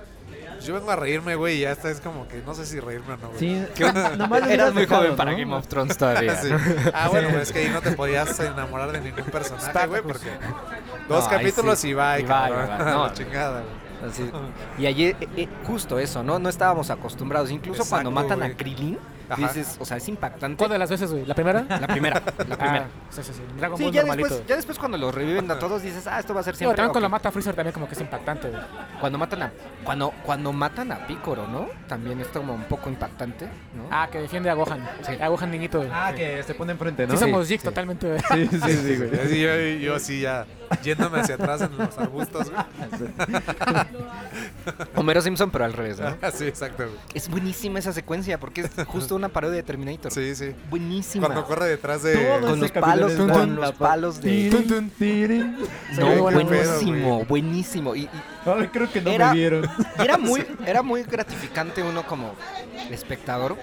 Yo vengo a reírme, güey, y ya está. Es como que no sé si reírme o no, güey.
Sí,
¿Qué onda?
nomás le
Ah, Eras
hubieras
muy
dejado,
joven para
¿no?
Game of Thrones todavía.
Sí.
¿no?
Ah, bueno, pues es que ahí no te podías enamorar de ningún personaje, güey, porque dos
pues. No, ahí
capítulos
sí.
y va,
Y bye,
cabrón.
y bye. No,
La chingada, güey.
Así- y ayer, eh, eh, justo eso, ¿no? No estábamos acostumbrados. Incluso cuando
Exacto,
matan
güey.
a Krillin,
Ajá.
dices, o sea, es impactante.
¿Cuál de las veces, güey? ¿La primera?
La primera, la primera.
Ah, sí, sí, sí. Dragon
Sí,
Ball
ya
normalito.
después, ya después cuando los reviven a todos dices, ah, esto va a ser
Digo,
siempre.
también cuando
ok.
mata a Freezer también como que es impactante, güey.
Cuando matan a cuando cuando matan a Picoro, ¿no? También es como un poco impactante, ¿no?
Ah, que defiende a Gohan.
Sí.
A Gohan niñito, güey.
Ah, que se pone enfrente, ¿no?
Sí somos geeks totalmente, güey.
Sí, sí, sí, sí, güey.
Sí, yo, yo sí, ya yéndome hacia atrás en los arbustos, güey.
Homero Simpson, pero al revés, ¿no?
Sí, exacto, güey.
Es buenísima esa secuencia porque es justo una parodia de Terminator.
Sí, sí.
Buenísima.
Cuando corre detrás
Todo
de.
Con
ese
los
capítulo
palos,
es
con
tan-
los
la-
palos de-
Tirin, tirin.
Sí,
No,
muy buena.
Qué pedo,
buenísimo, buenísimo. Y, y-
Ay, creo que no
Era-
me vieron.
y era muy era muy gratificante uno como espectador.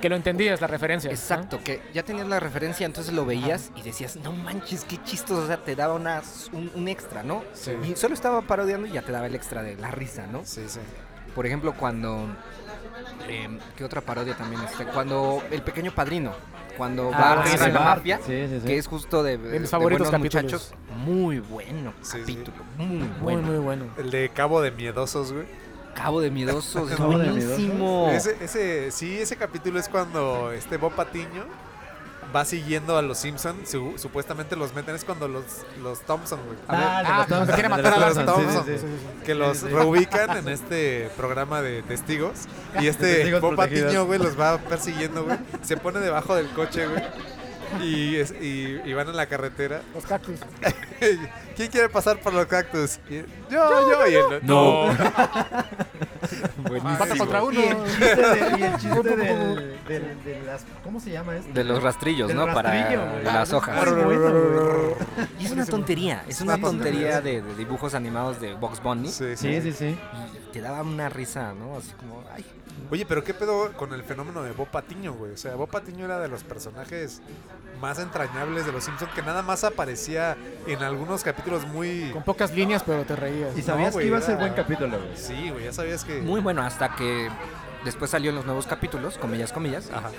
Que lo entendías, la referencia. ¿no?
Exacto, que ya tenías la referencia, entonces lo veías y decías, no manches, qué chistoso. O sea, te daba una, un, un extra, ¿no?
Sí.
Y solo estaba parodiando y ya te daba el extra de la risa, ¿no?
Sí, sí.
Por ejemplo, cuando. em, ¿Qué otra parodia también? Este, cuando El Pequeño Padrino. Cuando
Ah,
va a
sí,
reír a
sí,
la
sí.
mafia.
Sí, sí, sí.
Que es justo de, de-
mis
de
favoritos
buenos
capítulos.
muchachos. Muy bueno
Sí, sí.
capítulo. Muy
Muy,
bueno.
muy bueno.
El de Cabo de Miedosos, güey.
Cabo de Miedosos. es
Cabo de
buenísimo.
Ese, ese, sí, ese capítulo es cuando este Bob Patiño va siguiendo a los Simpsons. supuestamente los meten, es cuando los, los Thompson, güey.
A ver,
Ah,
de los
que quiere
Thompson,
matar a
de los
los
Thompson,
Thompson.
sí, sí,
Sí,
sí.
sí, sí.
que los reubican en este programa de testigos. Y este
Testigos
Bob
protegidos.
Patiño, güey, los va persiguiendo, güey. Se pone debajo del coche, güey. Y, es- y, y van en la carretera.
Los cactus.
¿Quién quiere pasar por los cactus? Y- yo, yo. y él, no.
Mata contra uno.
Y el chiste, de, y el chiste del, del- de las... ¿Cómo se llama este? esto?
De los rastrillos,
Del
¿no?
rastrillo,
Para
güey.
las
Ah,
hojas.
Muy bueno, güey.
Y es una tontería. Es
una
una tontería
tontería.
de, de dibujos animados de Box Bunny.
Sí,
Sí, sí, sí.
Y te daba una risa, ¿no? Así como, ay.
Oye, pero ¿qué pedo con el fenómeno de Bob Patiño, güey? O sea, Bob Patiño era de los personajes más entrañables de los Simpsons, que nada más aparecía en algunos capítulos muy...
Con pocas líneas, pero te reías.
Y sabías
güey,
que iba a ser
era-
buen capítulo, güey.
Sí, güey, ya sabías que...
Muy bueno, hasta que Después salió en los nuevos capítulos, comillas, comillas.
Ajá.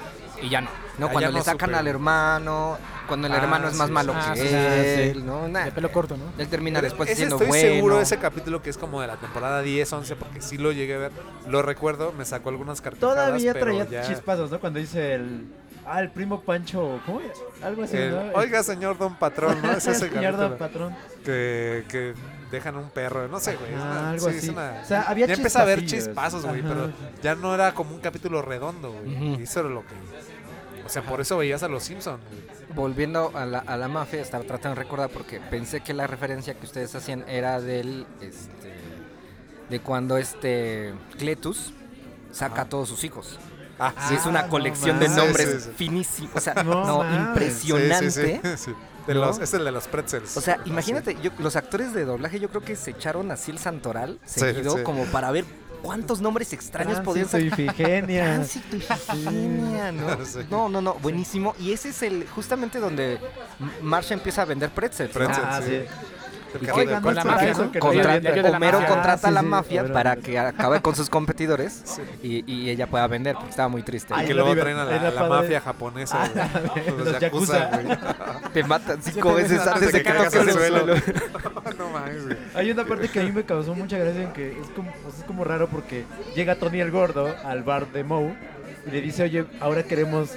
Y ya no. No,
Ah,
cuando
ya
le
no
sacan
supe.
al hermano, cuando el
Ah,
hermano es más
sí,
malo
ah,
que
sí, sí,
él,
sí.
¿no? Nah.
De pelo corto, ¿no?
Él termina después
Ese
siendo
estoy
bueno.
seguro ese capítulo que es como de la temporada 10, 11, porque sí lo llegué a ver. Lo recuerdo, me sacó algunas carcajadas.
Todavía
pero
traía
ya-
chispazos, ¿no? Cuando dice el. Ah, el primo Pancho. ¿Cómo es? Algo así,
el,
¿no?
Oiga, señor Don Patrón, ¿no? Es ese
Señor
capítulo.
Don Patrón.
que, que dejan a un perro, no sé, güey. es
Ah,
una-
algo
sí, es
así.
una-
O sea, había
ya empecé a ver
chispacillos.
chispazos, güey,
Ajá.
pero ya no era como un capítulo redondo, güey.
Ujú.
Y Eso era lo que. O sea, por eso veías a los Simpsons, güey.
Volviendo a la, a la mafia, estaba tratando de recordar porque pensé que la referencia que ustedes hacían era del. Este, de cuando este. Cletus saca a todos sus hijos.
Ah,
Sí, es una
no
colección de
mames.
nombres
Sí, sí, sí.
finísimos. O sea,
No
no,
mames.
impresionante.
De
¿No?
los, es el de los pretzels.
O sea, imagínate, yo- los actores de doblaje yo creo que se echaron así el santoral
Sí,
seguido
sí.
como para ver cuántos nombres extraños podían
Tránsito
ser.
y Ifigenia.
Tránsito y Ifigenia, ¿no?
Sí.
No, no, no, buenísimo. Y ese es el justamente donde M- Marsha empieza a vender pretzels. ¿no?
Pretzels.
Ah, sí.
El
y
carro
que-
de
Oigan,
con la
¿no es
mafia,
Ah, eso
¿no?
que traía
Contra-
Contrata-
bien de la
Homero
mafia?
contrata a
Ah,
la
sí, sí,
mafia
Homero.
para que acabe con sus competidores y, y ella pueda vender, porque estaba muy triste.
Y
Ay,
que
es
luego
lo
traen a
divert-
la,
es lo
la
padre.
mafia japonesa,
Ah,
güey.
la-
Los
los
yakuza,
yakuza.
güey.
Te matan cinco veces
Antes de que caigas
toques
al
el
suelo.
suelo.
no mames, güey.
Hay una parte que a mí me causó mucha gracia en que es como, o sea, es como raro porque llega Tony el Gordo al bar de Moe y le dice, oye, ahora queremos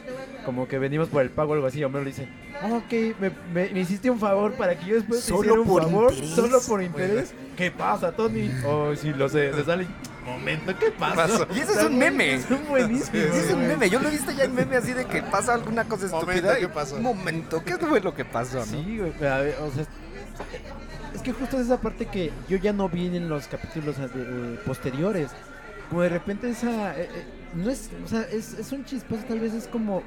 como que venimos por el pago o algo así. Y Homero le dice, "Ah, ok, me, me- me hiciste un favor para que yo después te
Solo
hiciera un
por
favor,
interés.
solo por interés. ¿Qué pasa, Tony? Oh, sí, lo sé, le sale. Momento, ¿qué pasa?
Pasó.
Y eso es un meme.
Es un buenísimo.
Ese es un
güey.
meme, yo lo he visto ya en meme así de que pasa alguna cosa
Momento,
estúpida.
¿qué
y,
pasó?
Momento, ¿qué fue lo que pasó? no?
Sí, güey, pero a ver, o sea, es que justo es esa parte que yo ya no vi en los capítulos eh, de- eh, posteriores. Como de repente esa, eh, eh, no es, o sea, es, es un chispazo, tal vez es como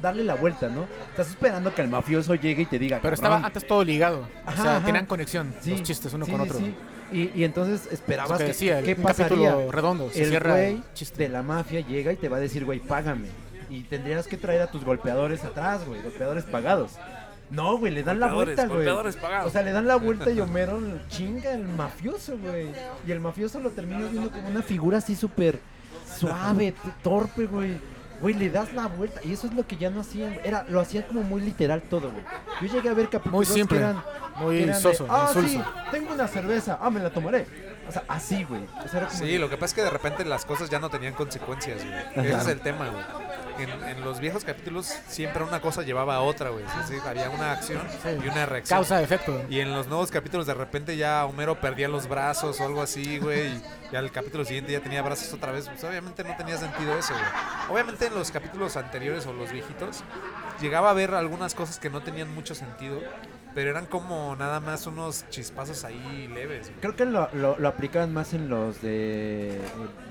darle la vuelta, ¿no? Estás esperando que el mafioso llegue y te diga,
Pero estaba
"Cabrón".
antes todo ligado.
Ajá,
o sea,
ajá.
tenían conexión
Sí,
los chistes uno
sí,
con
sí,
otro.
sí. Y, y entonces
Eso
esperabas
que
que,
decía,
qué
un
pasaría.
capítulo redondo, se
El
cierra
güey
el chiste.
de la mafia llega y te va a decir, güey, págame. Y tendrías que traer a tus golpeadores atrás, güey, golpeadores pagados. No, güey, le dan la
Golpeadores,
vuelta, güey.
golpeadores pagados.
O sea, le dan la vuelta y Homero lo chinga al mafioso, güey. Y el mafioso lo termina viendo como una figura así súper suave, t- torpe, güey. Güey, le das la vuelta. Y eso es lo que ya no hacían. Era, lo hacían como muy literal todo, güey. Yo llegué a ver capítulos
Muy simple,
que eran que
muy
eran de,
soso,
ah,
insulso.
sí, tengo una cerveza, ah, me la tomaré. O sea, así, güey. O sea, era como
Sí,
que-
lo que pasa es que de repente las cosas ya no tenían consecuencias, güey. Ese es el tema, güey. En, en los viejos capítulos siempre una cosa llevaba a otra, güey. Sí, sí, había una acción y una reacción.
Causa, efecto.
Y en los nuevos capítulos de repente ya Homero perdía los brazos o algo así, güey. Y, y al capítulo siguiente ya tenía brazos otra vez. Pues obviamente no tenía sentido eso, güey. Obviamente en los capítulos anteriores o los viejitos llegaba a ver algunas cosas que no tenían mucho sentido. Pero eran como nada más unos chispazos ahí leves, güey.
Creo que lo, lo, lo aplicaban más en los de eh,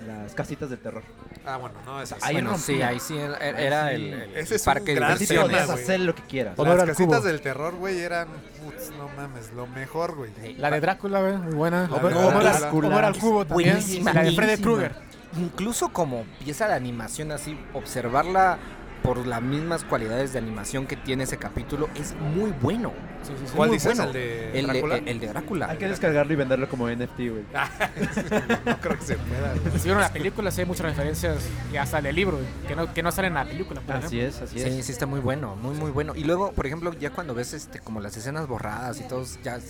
las casitas del terror.
Ah, bueno, no, esas.
Ahí
bueno, sí,
rompía.
ahí sí era- era el, el
Ese es un
parque de
gran
Así
tema,
diversiones.
podías
güey.
hacer lo que quieras.
Honor
Las
al
casitas
cubo.
del terror, güey, eran. putz, no mames, lo mejor, güey.
La de Drácula, güey, muy buena.
La
Homero-
de
Homero al-
Drácula.
Homero al cubo también.
Buenísima,
La de Freddy
buenísima.
Krueger.
Incluso como pieza de animación así, observarla por las mismas cualidades de animación que tiene ese capítulo es muy bueno.
Sí, sí, sí.
¿Cuál
muy
dices?
bueno.
¿El de
El
Drácula?
el de Drácula.
Hay que descargarlo y venderlo como NFT, güey.
Ah, no creo que se pueda. güey.
Y Si vieron la película, sí hay muchas referencias y hasta del libro, güey, que no, que no salen en la película. por
Así
ejemplo.
es, así
Sí,
es.
sí está muy bueno, muy muy bueno. Y luego, por ejemplo, ya cuando ves este como las escenas borradas y todos ya si,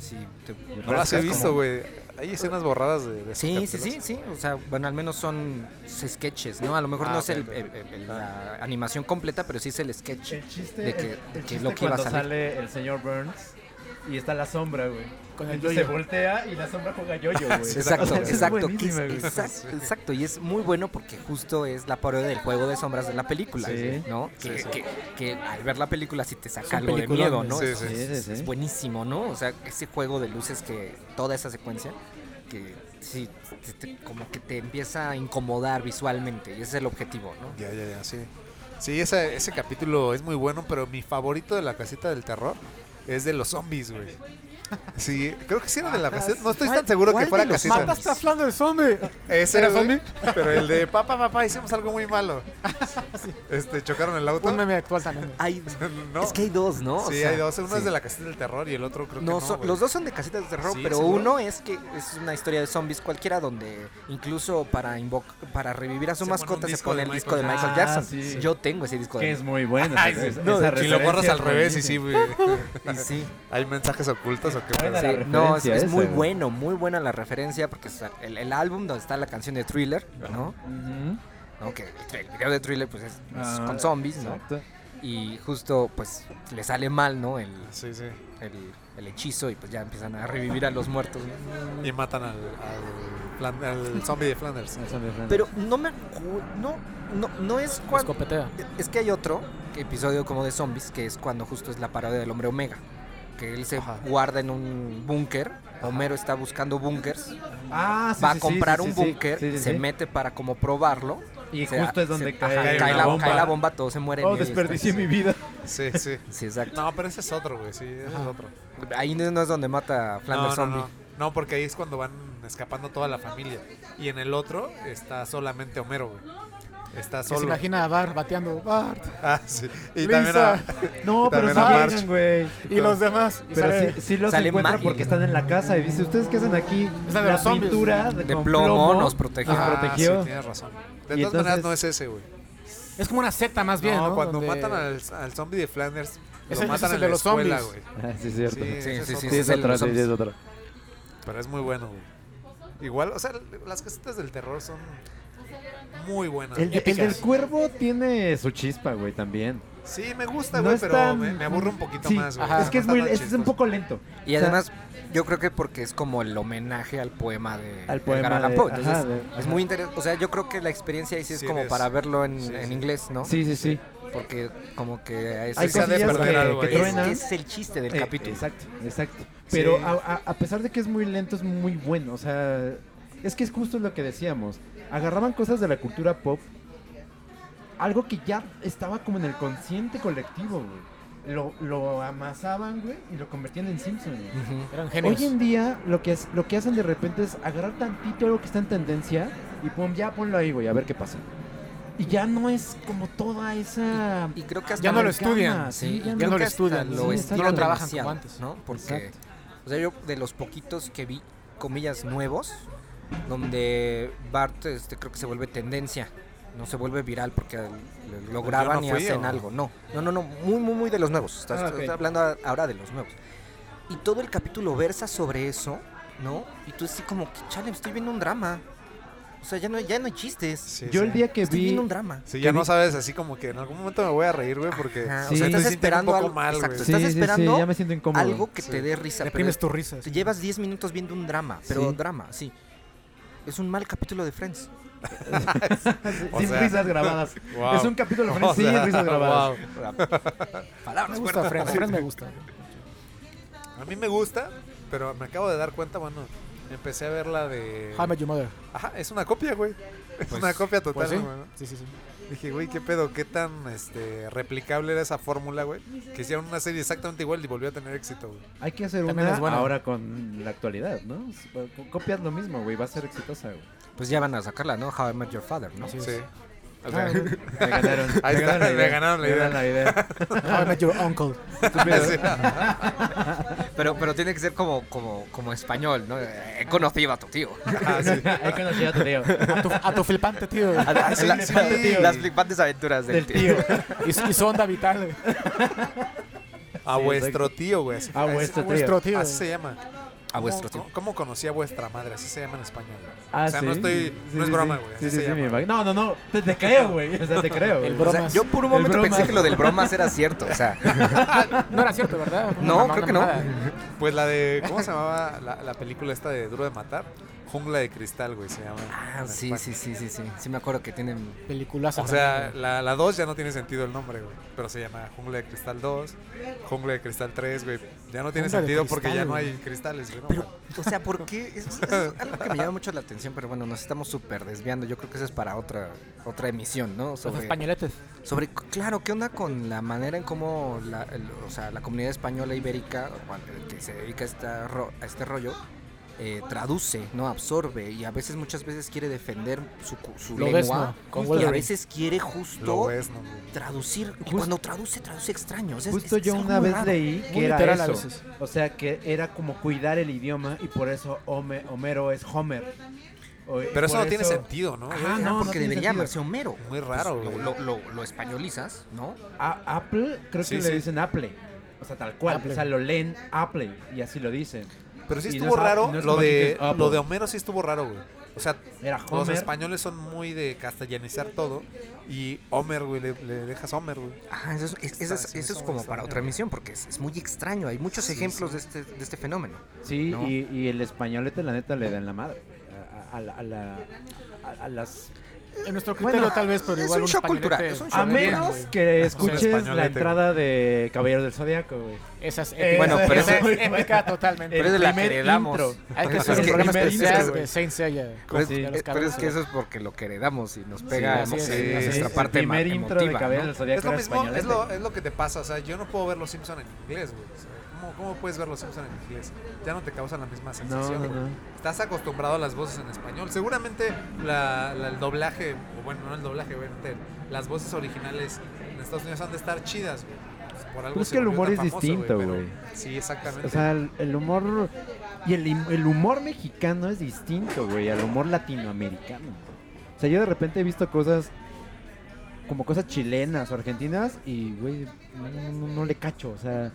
si te
No las he
rascas
visto,
como-
güey. Hay escenas borradas de. de esos
Sí, sí,
capítulos.
sí, sí. O sea, bueno, al menos son sketches, ¿no? A lo mejor
Ah,
no es
ok,
el,
ok.
el- el- el- la animación completa, pero sí es el sketch.
El chiste,
De que-
el- el
de que
chiste
lo que iba a
cuando
salir.
sale el señor Burns y está la sombra, güey.
Con el
Entonces
yoyo.
Se voltea y la sombra juega yoyo, güey.
Exacto,
O sea, es
exacto, que es-
buenísima, güey.
exacto, exacto, y es muy bueno porque justo es la parodia del juego de sombras de la película,
Sí.
¿no? Que, que- que al ver la película sí te
Es
saca
un
algo de
peliculón,
miedo, ¿no?
sí,
Es-
sí,
es-
sí,
es-
sí.
es buenísimo, ¿no? O sea, ese juego de luces que toda esa secuencia que sí, te- te- como que te empieza a incomodar visualmente y ese es el objetivo, ¿no?
Ya, ya, ya, sí. Sí, ese, ese capítulo es muy bueno, pero mi favorito de la casita del terror es de los zombies, güey. Sí, creo que sí era de la cassette. No estoy tan seguro que
¿Cuál
fuera
de los
cassette.
¡Mataste a Flanders, zombie!
Ese
¿Era
güey,
zombie?
Pero el de papá, papá, hicimos algo muy malo. Este, chocaron el auto.
Un meme actual también. güey.
Hay,
No.
Es que hay dos, ¿no? O
sí,
sea,
hay dos. Uno
sí.
es de la caseta del terror y el otro creo que
No,
no.
son-
güey.
los dos son de casitas de terror,
Sí,
pero
seguro.
uno es que es una historia de zombies cualquiera donde incluso para invo- para revivir a su
Se pone un
mascota se
disco
pone
de
el
Michael
disco de
Jackson.
Michael
Ah,
Jackson.
sí.
Yo tengo ese disco
Que
de
es muy bueno.
Ay,
esa-
sí.
esa
Si lo
referencia
borras al
es
revés y sí,
buenísima.
güey.
Y sí,
¿Hay mensajes ocultos o qué?
Buena
pedo?
la
sí, no, es,
referencia
es muy
esa, güey.
bueno, muy buena la referencia porque es el, el álbum donde está la canción de Thriller, ¿no?
Ujú.
¿No? Que el, el video de Thriller pues es, es
Ah,
con zombies, ¿no?
Exacto.
Y justo pues le sale mal, ¿no? El,
Sí, sí.
el- el hechizo y pues ya empiezan a revivir a los muertos. ¿no?
Y matan al, al, Flan- al zombie de Flanders.
Eso me suena.
Pero no me acu- no no no es cuando
Escopetea.
es que hay otro episodio como de zombies que es cuando justo es la parodia del hombre Omega, que él se guarda en un búnker, Homero está buscando búnkers,
Ah, sí,
va
sí,
a
sí,
comprar
sí,
un
sí,
búnker,
sí, sí,
se
sí.
mete para como probarlo.
Y
se-
justo es donde
se-
cae,
ajá,
una
cae la,
bomba.
cae la bomba, todo se muere.
Oh, desperdicié mi vida.
Sí, sí.
Sí, exacto.
No, pero ese es otro, güey. Sí, ese es otro.
Ahí no no es donde mata a Flanders
no, no,
Zombie.
no. No, porque ahí es cuando van escapando toda la familia. Y en el otro está solamente Homero, güey. Está
Que se
solo.
imagina a Bart bateando. Bart.
Ah, sí. Y
Lisa.
también a-
No, pero
También
sí
a Marge.
llegan, güey.
Y los demás. Y
Pero
sale-
sí, sí los
sale
encuentra
Maggie.
porque están en la casa y dice, ¿ustedes qué hacen aquí?
Es la de los zombies.
pintura
De
con
plomo nos protegió.
Nos
Ah,
protegió.
sí, tienes razón. De todas
Y
maneras
entonces-
no es ese, güey.
Es como una secta más bien.
no,
No,
cuando
Donde-
matan al, al zombie de Flanders,
Ese-
lo
ese es
matan
el
en
de
la
los
escuela,
zombies.
güey.
Ah, sí, es cierto.
Sí,
Sí,
ese es
sí,
otro.
sí,
es
el de
otra,
los
sí,
zombies.
es otra.
Pero es muy bueno, güey. Igual, o sea, las casetas del terror son muy buenas.
El, de- el
Épicas.
del cuervo tiene su chispa, güey, también.
Sí, me gusta,
No
güey,
es
pero
tan-
me, me aburre un poquito
Sí,
más, güey.
Ah,
ajá.
es que es,
No
muy,
está tan
es, es un
chistoso.
poco lento.
Y
O sea,
además, yo creo que porque es como el homenaje al poema de
Al
Edgar
poema
Allan
de-
Poe.
ajá,
Entonces,
de-
es
ajá.
muy interesante. O sea, yo creo que la experiencia ahí sí es
Sí,
como
eres-
para verlo en,
sí,
en
sí.
inglés, ¿no?
Sí, sí, sí.
Porque como que es,
Hay
Sí, se ha
cosillas
de
que,
perder algo
que
ahí.
es,
truenan.
que es el chiste del
Eh,
capítulo.
Exacto, exacto. Pero a, a- a pesar de que es muy lento, es muy bueno. O sea, es que es justo lo que decíamos. Agarraban cosas de la cultura pop, algo que ya estaba como en el consciente colectivo, güey. Lo, lo amasaban, güey, y lo convertían en Simpson. güey.
Ujú.
Eran genios.
Hoy en día lo que, es- lo que hacen de repente es agarrar tantito algo que está en tendencia y pum, ya ponlo ahí, güey, a ver qué pasa. Y ya no es como toda esa...
Y creo que hasta
Ya no lo
amalgama,
estudian.
Sí,
ya
creo
no-
no
que
lo
hasta
estudian,
sí,
Lo estudian
no lo
trabajan
demasiado,
como antes.
¿no? Porque,
Exacto.
o sea, yo de los poquitos que vi, comillas, nuevos, donde Bart este, creo que se vuelve tendencia. No se vuelve viral porque lo- lo graban y
fui,
hacen
¿o?
algo. No, no, no, no. Muy, muy, muy de los nuevos. Estás,
Ah, ok.
estás hablando a- ahora de los nuevos. Y todo el capítulo versa sobre eso, ¿no? Y tú así como, que, chale, estoy viendo un drama. O sea, ya no, ya no hay chistes.
Sí,
Yo
sí.
el día que
Estoy
vi...
viendo un drama.
Sí, ya
que
no
vi-
sabes, así como que en algún momento me voy a reír, güey, porque...
Ajá,
o sea,
estoy
estás
sintiendo
esperando
un poco
algo-
mal, güey.
exacto,
Sí,
estás
sí, sí,
esperando
ya me siento incómodo.
Algo que te dé risa. Pero
Deprimes tu risa.
te llevas 10 minutos viendo un drama, pero
Sí.
drama, sí. Es un mal capítulo de Friends.
O
Sin
sea,
risas grabadas.
wow.
Es un capítulo de
O
Friends sin
sea,
risas grabadas.
wow.
Me gusta Friends. Friends me gusta.
A mí me gusta, pero me acabo de dar cuenta, bueno, empecé a ver la de...
How I Met Your Mother.
Ajá, es una copia, güey. Es una copia total,
Pues sí.
güey, ¿no?
Sí, sí, sí.
Dije, güey, qué pedo, qué tan este, replicable era esa fórmula, güey. Que hicieron una serie exactamente igual y volvió a tener éxito, güey.
Hay que hacer
También
una
es buena.
ahora con la actualidad, ¿no? Copias lo mismo, güey. Va a ser exitosa, güey.
Pues ya van a sacarla, ¿no? How I Met Your Father, ¿no?
Así
Sí.
es.
O sea,
me ganaron.
Ahí
me
está,
ganaron la
me
idea,
ganaron la
me
idea. Ah,
How I Met Your Uncle.
sí.
Pero, pero tiene que ser como, como, como español, ¿no? Eh, He conocido a tu tío.
Ah, sí.
Ahí conocí a tu tío.
A tu, a tu flipante, tío.
La-
sí,
la-
sí.
Las flipantes aventuras
Del
del,
tío.
Y, y su onda vital.
A
Sí,
vuestro tío, güey. así-
A
así-
vuestro
Vuestro tío.
Así se llama.
A vuestro
¿Cómo-
tío.
¿Cómo conocí a vuestra madre? Así se llama en español. güey.
Ah,
o sea,
¿sí?
no estoy.
Sí,
no es
sí,
broma,
sí.
güey.
Sí,
así
sí,
se
sí,
llama.
me imagino. No, no, no. Te, te creo, güey. O sea, te creo. güey.
El
O
bro-
sea, yo por un
El
momento pensé
bromas.
que lo del bromas era cierto. O sea,
No era cierto, ¿verdad?
No,
Una
creo que no.
mamada.
Pues la de. ¿Cómo se llamaba la, la película esta de Duro de Matar? Jungla de Cristal, güey, se llama.
Ah,
en
sí,
España.
sí, sí, sí, sí. Sí me acuerdo que tienen...
Peliculaza.
O sea,
también,
la, la 2 ya no tiene sentido el nombre, güey. Pero se llama Jungla de Cristal 2, Jungla de Cristal 3, güey. Ya no tiene
Jungla de
sentido porque ya
cristal,
no hay
güey.
cristales, güey. ¿no?
Pero, o sea, ¿por qué? Es, es algo que me llama mucho la atención, pero bueno, nos estamos súper desviando. Yo creo que eso es para otra otra emisión, ¿no?
Los
Sobre,
españoletes.
sobre claro, ¿qué onda con la manera en cómo la, el- o sea, la comunidad española ibérica, bueno, que se dedica a, esta ro- a este rollo, eh, traduce, ¿no? Absorbe y a veces, muchas veces quiere defender su, cu- su
Lo
lengua.
ves, ¿no? Con
y a
Wolverine.
veces quiere
Lo
justo
es, ¿no? güey?
traducir. Y
Justo-
cuando traduce, traduce extraños. Es-
Justo
es- es
yo
algo
una
muy
vez
raro.
leí que
Muy
era
literal a
eso.
veces.
O sea, que era como cuidar el idioma y por eso Home- Homero es Homer. O- y
Pero eso
por
no tiene sentido, ¿no?
Ajá, no,
Ah, no,
no
porque
tiene
debería
sentido.
llamarse Homero.
Muy raro,
Pues,
güey.
lo, lo- lo- lo españolizas, ¿no?
A- Apple, creo
Sí,
que
sí.
le dicen Apple. O sea, tal cual.
Apple.
O sea, lo leen Apple y así lo dicen.
Pero sí
Y no
estuvo
es-
raro.
no es
lo,
como
de,
dices, ah,
lo de
pues.
Homero sí estuvo raro, güey. O sea,
Era
los
Homer.
españoles son muy de castellanizar todo. Y Homer, güey, le, le dejas Homer, güey.
Ajá, eso es, es- eso es-
Está- sí,
eso
está
es
muy
como
extraño,
para otra
güey.
emisión, porque es, es muy extraño. Hay muchos ejemplos De, este, de este fenómeno.
Sí,
No.
y, y el españolete, la neta, le dan la madre. A, a- a la- a la- a- a las.
En nuestro criterio tal vez, pero
es
igual
un shock cultural,
españolete-
es un shock
A
También,
menos
güey.
que
O sea,
escuches la
españolete.
entrada de Caballero del Zodíaco, güey.
Esa es
Eh,
épica.
bueno, pero
esa
ese-
es épica totalmente.
Pero es de
El
la que
primer
heredamos.
intro.
Hay que
Eh, Es
hacer un
que-
programa
primer
especial
intro,
de
güey.
Saint Seiya.
Pero es,
sí.
de los
eh, pero es
cabrones.
que eso es porque lo que heredamos y nos
así
pega
es,
emo-
así
eh,
es.
nuestra
el
parte emo-
primer intro de
emotiva,
Caballero
¿no?
del Zodíaco
Es lo
era
mismo, es
españolete.
lo, es lo que te pasa. O sea, yo no puedo ver los Simpsons en inglés, güey. O sea, ¿cómo, cómo puedes ver los Simpsons en inglés? Ya no te causan la misma
No,
sensación,
no,
güey.
no.
Estás acostumbrado a las voces en español. Seguramente la, la- el doblaje, o bueno, no el doblaje, obviamente, las voces originales en Estados Unidos han de estar chidas, güey. Pues Por algo
Pero es
se
que el
volvió
humor
tan
es
famoso,
distinto,
pero-
güey.
Sí, exactamente.
O sea, el, el humor. Y el, im- el humor mexicano es distinto, güey, al humor latinoamericano. O sea, yo de repente he visto cosas. Como cosas chilenas o argentinas. Y, güey, no, no- no le cacho. O sea,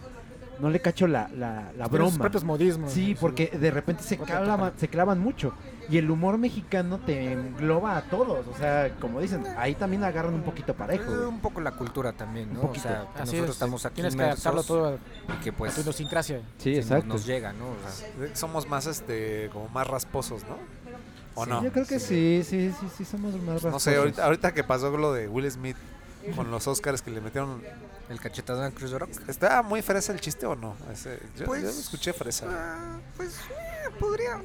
no le cacho la, la, la
Tiene sus
broma.
propios modismos.
Sí,
¿no?
porque de repente se
Otra
clavan, se clavan mucho. Y el humor mexicano te engloba a todos. O sea, como dicen, ahí también agarran un poquito parejo.
Eh,
güey.
Un poco la cultura también, ¿no? O
poquito.
sea, que
Así
nosotros
es.
estamos aquí
Tienes que adaptarlo
inmersos
todo a,
y que
a tu
pues
idiosincrasia.
Sí,
sí, nos,
exacto.
nos llega, ¿no? O sea,
Somos más, este, como más rasposos, ¿no? ¿O
Sí,
no?
Yo creo que sí, sí, sí, sí, somos más
No sé,
rasposos.
ahorita, ahorita que pasó lo de Will Smith con los Oscars que le metieron.
el cachetadón de Cruz de Rock.
¿Está muy fresa el chiste o no? Ese- yo,
Pues-
yo lo escuché fresa.
Ah, pues eh, podría. No,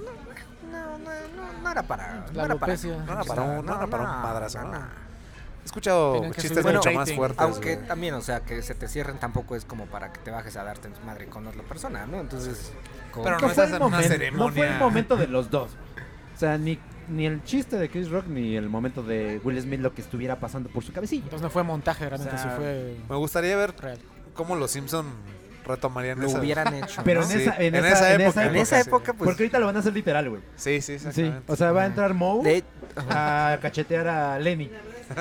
no, no, no, no era para. No
La
era para,
alopecia.
No era para un- no era para un padrazo, ¿no? He escuchado
Tenían que
chistes
subir el
mucho más
rating.
fuertes.
Aunque
güey.
también, o sea, que se te cierren tampoco es como para que te bajes a darte en tu madre con otra persona, ¿no? Entonces. como
Pero
que-
no,
no
fue
estás
el
en una
momento, no fue
ceremonia.
el momento de los dos. O sea, ni, ni el chiste de Chris Rock ni el momento de Will Smith lo que estuviera pasando por su cabecilla.
Entonces no fue montaje, realmente,
O sea,
sí fue
Me gustaría ver
real.
cómo los Simpson retomarían
lo
esa.
hubieran hecho.
Ah,
Pero
¿no?
en esa- en esa- en esa
En esa época,
sí.
pues.
Porque ahorita lo van a hacer literal, güey.
Sí, sí,
Sí, Pues,
exactamente.
o sea, va a entrar Moe
de-
a cachetear a Lenny.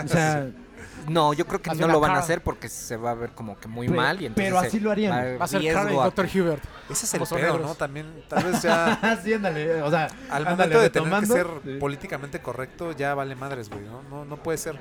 O sea,
no, yo creo que
Más
no
bien
lo
a
van a
Carl.
hacer porque se va a ver como que muy
Pero-
mal. Y entonces
pero así
se-
lo harían.
haber
Va a ser
riesgo
Carl y
a-
Dr. Hubert.
Ese es el
Como son
pedo,
negros.
¿no? También, tal vez ya.
sí, ándale. O sea, ándale,
Al momento de tener que
retomando.
ser
Sí.
políticamente correcto, ya vale madres, güey. ¿no? No, no puede ser.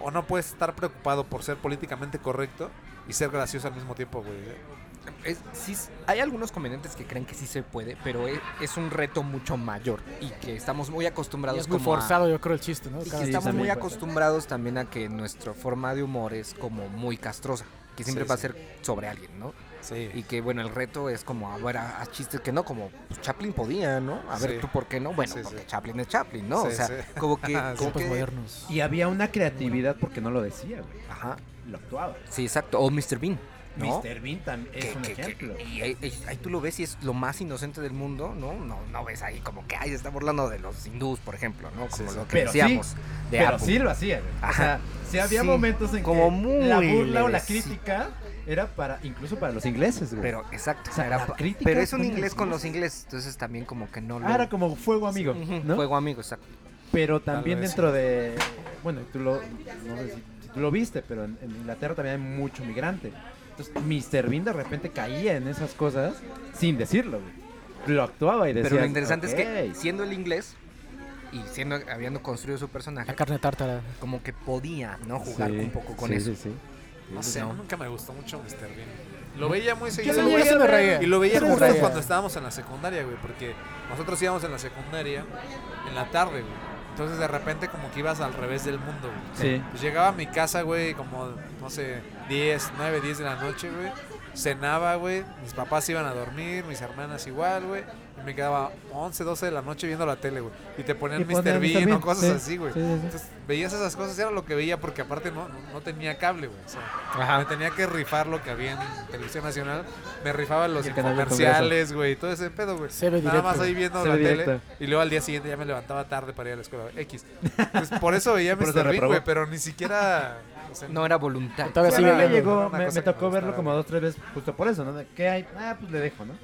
O no puedes estar preocupado por ser políticamente correcto y ser gracioso al mismo tiempo, güey.
Es- sí s- hay algunos comediantes que creen que sí se puede, pero e- es, un reto mucho mayor y que estamos muy
Y
acostumbrados
es muy
como a-
forzado, yo creo, el chiste, ¿no?
y que
Cada-
Sí,
estamos
también,
muy
pues.
acostumbrados también a que nuestra forma de humor es como muy castrosa, que siempre
Sí,
va a
sí.
ser sobre alguien, ¿no?
Sí.
Y que bueno, el reto es como a ver a, a chistes que no, como pues, Chaplin podía, ¿no? A ver
Sí.
tú por qué no, bueno,
Sí,
porque
sí.
Chaplin es Chaplin, ¿no? o
Sí,
sea,
sí. Ah,
como que,
Sí.
como
tiempos
que-
pues
Pues,
modernos.
Y había una creatividad porque no lo decía, güey.
ajá,
Lo actuaba.
sí, exacto, o Mr. Bean, ¿no?
Mr. Bean también
que-
es un
que- que-
ejemplo.
y ahí, ahí- ahí tú lo ves y es lo más inocente del mundo, ¿no? No, no ves ahí como que, ay, está burlando de los hindús, por ejemplo, ¿no? Como
sí.
lo que
Pero sí,
decíamos de
Pero
Apu.
sí lo hacía, güey. O sea,
Ajá.
si había
Sí,
momentos en
como
que
muy
la burla o la
levecito.
crítica era para, incluso para los ingleses, güey.
Pero, exacto.
O sea,
era
la
pa-
crítica
pero es un
fue
inglés con
lesiva.
los ingleses, entonces también como que no lo...
Ah, era como fuego amigo,
Ujú,
¿no?
Juego amigo, exacto.
Pero también
Tal vez.
dentro de. Bueno, tú lo, no sé si, si tú lo viste, pero en, en Inglaterra también hay mucho migrante. Entonces, Mr. Bean de repente caía en esas cosas sin decirlo, güey. Lo actuaba y decía.
Pero lo interesante es que siendo el inglés y siendo habiendo construido su personaje,
La carne tártara.
como que podía no jugar un poco con eso.
Sí, sí.
No sé, nunca me gustó mucho Mr. Bean. Lo veía muy seguido.
lo
güey.
llegué a ver.
Y lo veía
Tres
justo
rayas.
cuando estábamos en la secundaria, güey, porque nosotros íbamos en la secundaria en la tarde, güey. Entonces de repente como que ibas al revés del mundo, güey.
Sí.
Pues llegaba a mi casa, güey, como, no sé, 10, 9, 10 de la noche, güey. Cenaba, güey. Mis papás se iban a dormir, mis hermanas igual, güey. Y me quedaba 11, 12 de la noche viendo la tele, güey. Y te ponían
Y
Mr.
ponían Mr.
Bean
Bean,
o cosas
sí,
así, güey.
sí, sí, sí.
Entonces veías esas cosas, era lo que veía, porque aparte no, no, no tenía cable, güey. O sea, me tenía que rifar lo que había en Televisión Nacional. Me rifaban los
El canal del
comerciales, güey, y todo ese pedo, güey.
Se ve
Nada más
directo.
ahí viendo
Se
la
ve
tele.
directo.
Y luego al día siguiente ya me levantaba tarde para ir a la escuela. X. Pues por eso veía
Por eso
Mr. Bean,
reprobó.
güey, pero ni siquiera. o sea,
No era voluntad.
Todavía
Sí, a mí me
sigue viendo.
llegó,
Una
me,
cosa
me
que me
tocó verlo
gustaba.
como dos, tres veces, justo por eso, ¿no? De, ¿Qué hay? Ah, pues le dejo, ¿no?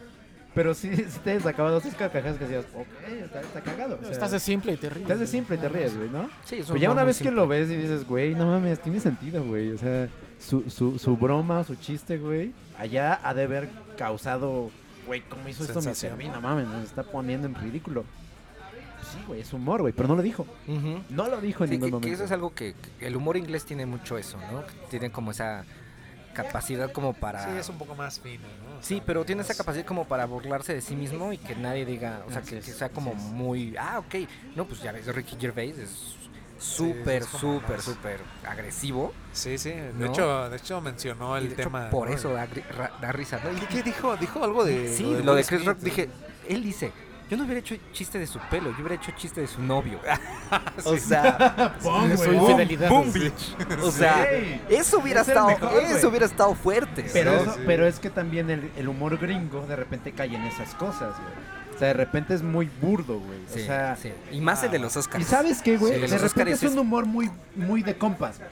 Pero sí, sí te sacaba dos, tres carcajadas que decías, ok, está, está cagado. o sea,
Estás de simple y te ríes.
te haces simple y te ríes, güey, ¿no?
Sí, es
Pero ya
humor
una
muy
vez que
simple.
lo ves y dices, güey, no mames, tiene sentido, güey. O sea, su, su, su broma, su chiste, güey, allá ha de haber causado, güey, ¿cómo hizo esto mi
Sensación.
mí? No mames, nos está poniendo en ridículo. Sí, güey, es humor, güey, pero no lo dijo.
Ujú.
No lo dijo en
Sí,
ningún
que, que
momento.
eso es algo que, que el humor inglés tiene mucho eso, ¿no? Que Tiene como esa capacidad como para...
Sí, es un poco más fino, ¿no? O
Sí,
sea,
pero tiene esa
más-
capacidad como para burlarse de sí mismo y que nadie diga, o sea,
Así
que,
es,
que sea como
así es.
muy, ah, ok, no, pues ya ves, Ricky Gervais es súper,
es como
súper,
más-
súper agresivo.
Sí, sí. De,
¿No?
hecho, de hecho, mencionó
y
el
de hecho,
tema.
por
¿no?
eso da, gri- ra- da risa, ¿no?
¿Qué, qué dijo? ¿Dijo algo de.?
Sí, lo de
Will
Chris
Smith,
Rock, dije, él dice, yo no hubiera hecho chiste de su pelo, yo hubiera hecho chiste de su novio. o sea,
Su
boom,
infidelidad.
boom, bitch. O sea,
Sí.
eso hubiera
Es el
estado,
mejor, güey.
eso hubiera estado fuerte.
Pero,
Sí,
eso-
sí.
pero es que también el, el humor gringo de repente cae en esas cosas, güey. O sea, de repente es muy burdo, güey.
Sí,
o sea,
sí. y más el de los
¿y
Oscars.
sabes qué, güey?
Sí,
de
los
repente
Óscares
es
es-
un humor muy, muy de compas, güey,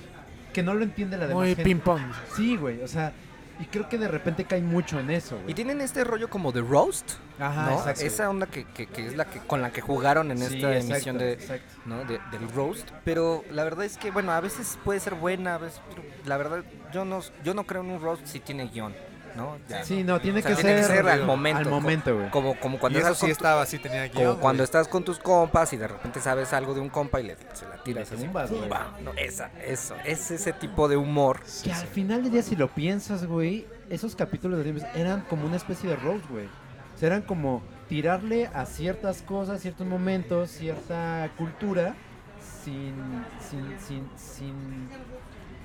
que no lo entiende la demás
Muy
gente.
ping-pong.
Sí, güey, o sea, y creo que de repente cae mucho en eso,
Y
güey.
tienen este rollo como de roast,
Ajá,
¿no?
exacto.
Esa onda que, que- que es la que con la que jugaron en
Sí,
esta
exacto,
emisión de,
exacto.
¿no? de- del roast. Pero la verdad es que, bueno, a veces puede ser buena, a veces, pero la verdad, yo no, yo no creo en un roast si tiene guión, ¿no? Ya.
Sí, no, tiene
O sea,
que
tiene
ser...
que ser al
al
momento.
momento,
co-
güey.
Como, como cuando
y eso
estás
sí
con-
estaba, sí tenía
como
guión,
cuando
güey.
estás con tus compas y de repente sabes algo de un compa y le, se la tiras
Le
así.
tumbas, güey.
¡pumba! No, esa, eso, es ese tipo de humor.
Que al final del día, si lo piensas, güey, esos capítulos de Dreamers eran como una especie de roast, güey. O sea, eran como tirarle a ciertas cosas, ciertos momentos, cierta cultura, sin, sin, sin, sin,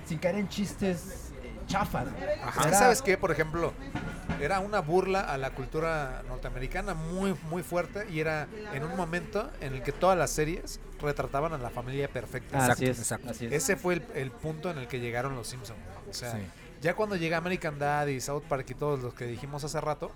sin caer en chistes eh, chafas. güey.
Es que,
Era-
¿sabes qué? Por ejemplo, era una burla a la cultura norteamericana muy, muy fuerte y era en un momento en el que todas las series retrataban a la familia perfecta.
Así
Exacto,
es,
exacto.
así es.
Ese fue el, el punto en el que llegaron los Simpsons. O sea,
Sí.
ya cuando llega American Dad y South Park y todos los que dijimos hace rato,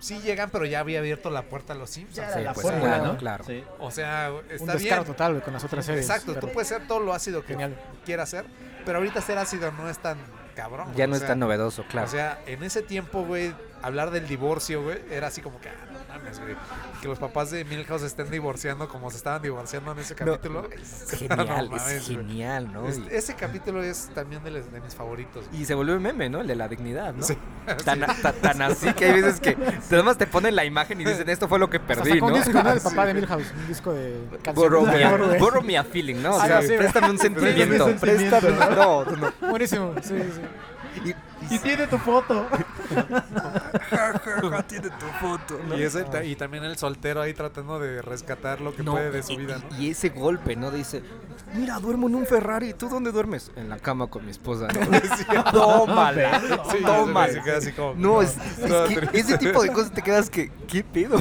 sí llegan, pero ya había abierto la puerta a los
Ya
Simpsons.
era
Sí,
la
pues,
fórmula,
claro,
¿no?
claro.
Sí.
O sea,
Un
está bien.
descaro total güey, con las otras series.
Exacto,
pero
tú puedes ser todo lo ácido que
Genial.
quieras ser, pero ahorita ser ácido no es tan cabrón.
Ya no
o
es
sea,
tan novedoso, claro.
O sea, en ese tiempo, güey, hablar del divorcio, güey, era así como que, ah, no mames, güey. Que los papás de Milhouse estén divorciando como se estaban divorciando en ese capítulo.
es genial,
No mames,
es
güey. Este
genial, ¿no?
Es-
Y-
ese capítulo es también de, los- de mis favoritos. güey.
Y se volvió un meme, ¿no? El de la dignidad, ¿no?
Sí.
Tan, tan- tan así que hay veces que nada más te ponen la imagen y dicen esto fue lo que
Hasta
perdí,
sacó
¿no?
un disco, ¿no? El papá de Milhouse. Un disco de
Borrow me, a-
Borrow, güey.
borrow me a feeling, ¿no? O
Ah,
sea,
sí, güey.
préstame un sentimiento.
Préstame un sentimiento,
Préstame. No, tú no.
Buenísimo. Sí, sí, sí.
Y tiene tu foto.
Tiene tu foto,
Y, es el ta- y también el soltero ahí tratando de rescatar lo que puede de su
y,
vida,
y-
Ah. ¿no?
y ese golpe, ¿no? Dice, mira, duermo en un Ferrari. ¿Tú dónde duermes? En la cama con mi esposa. ¿no? Tómala.
Sí,
tómala.
se queda así como-
No, es, es
no,
que
triste.
ese tipo de cosas te quedas que, ¿qué pedo?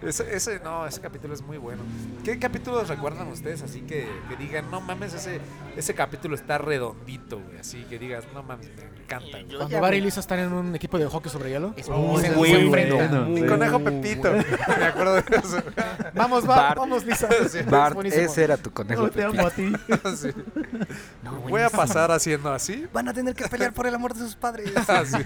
Ese, ese- no, ese capítulo es muy bueno. ¿Qué capítulos recuerdan ustedes así que, que digan, no mames, ese, ese capítulo está redondito, güey? Así que digas, no mames, me encanta. güey".
Cuando Barry y Lisa están en un equipo de hockey sobre hielo.
Es
Oh,
muy
ese es
bueno,
muy bueno,
muy
sí.
Conejo
bueno.
Pepito, me acuerdo de eso.
Vamos, Bart,
Bart.
vamos, Lisa.
Sí.
Bart,
buenísimo.
ese era tu conejo.
No te amo a ti.
Sí.
No,
Voy a
buenísimo.
pasar haciendo así. Ah,
Van a tener que pelear por el amor de sus padres.
Así.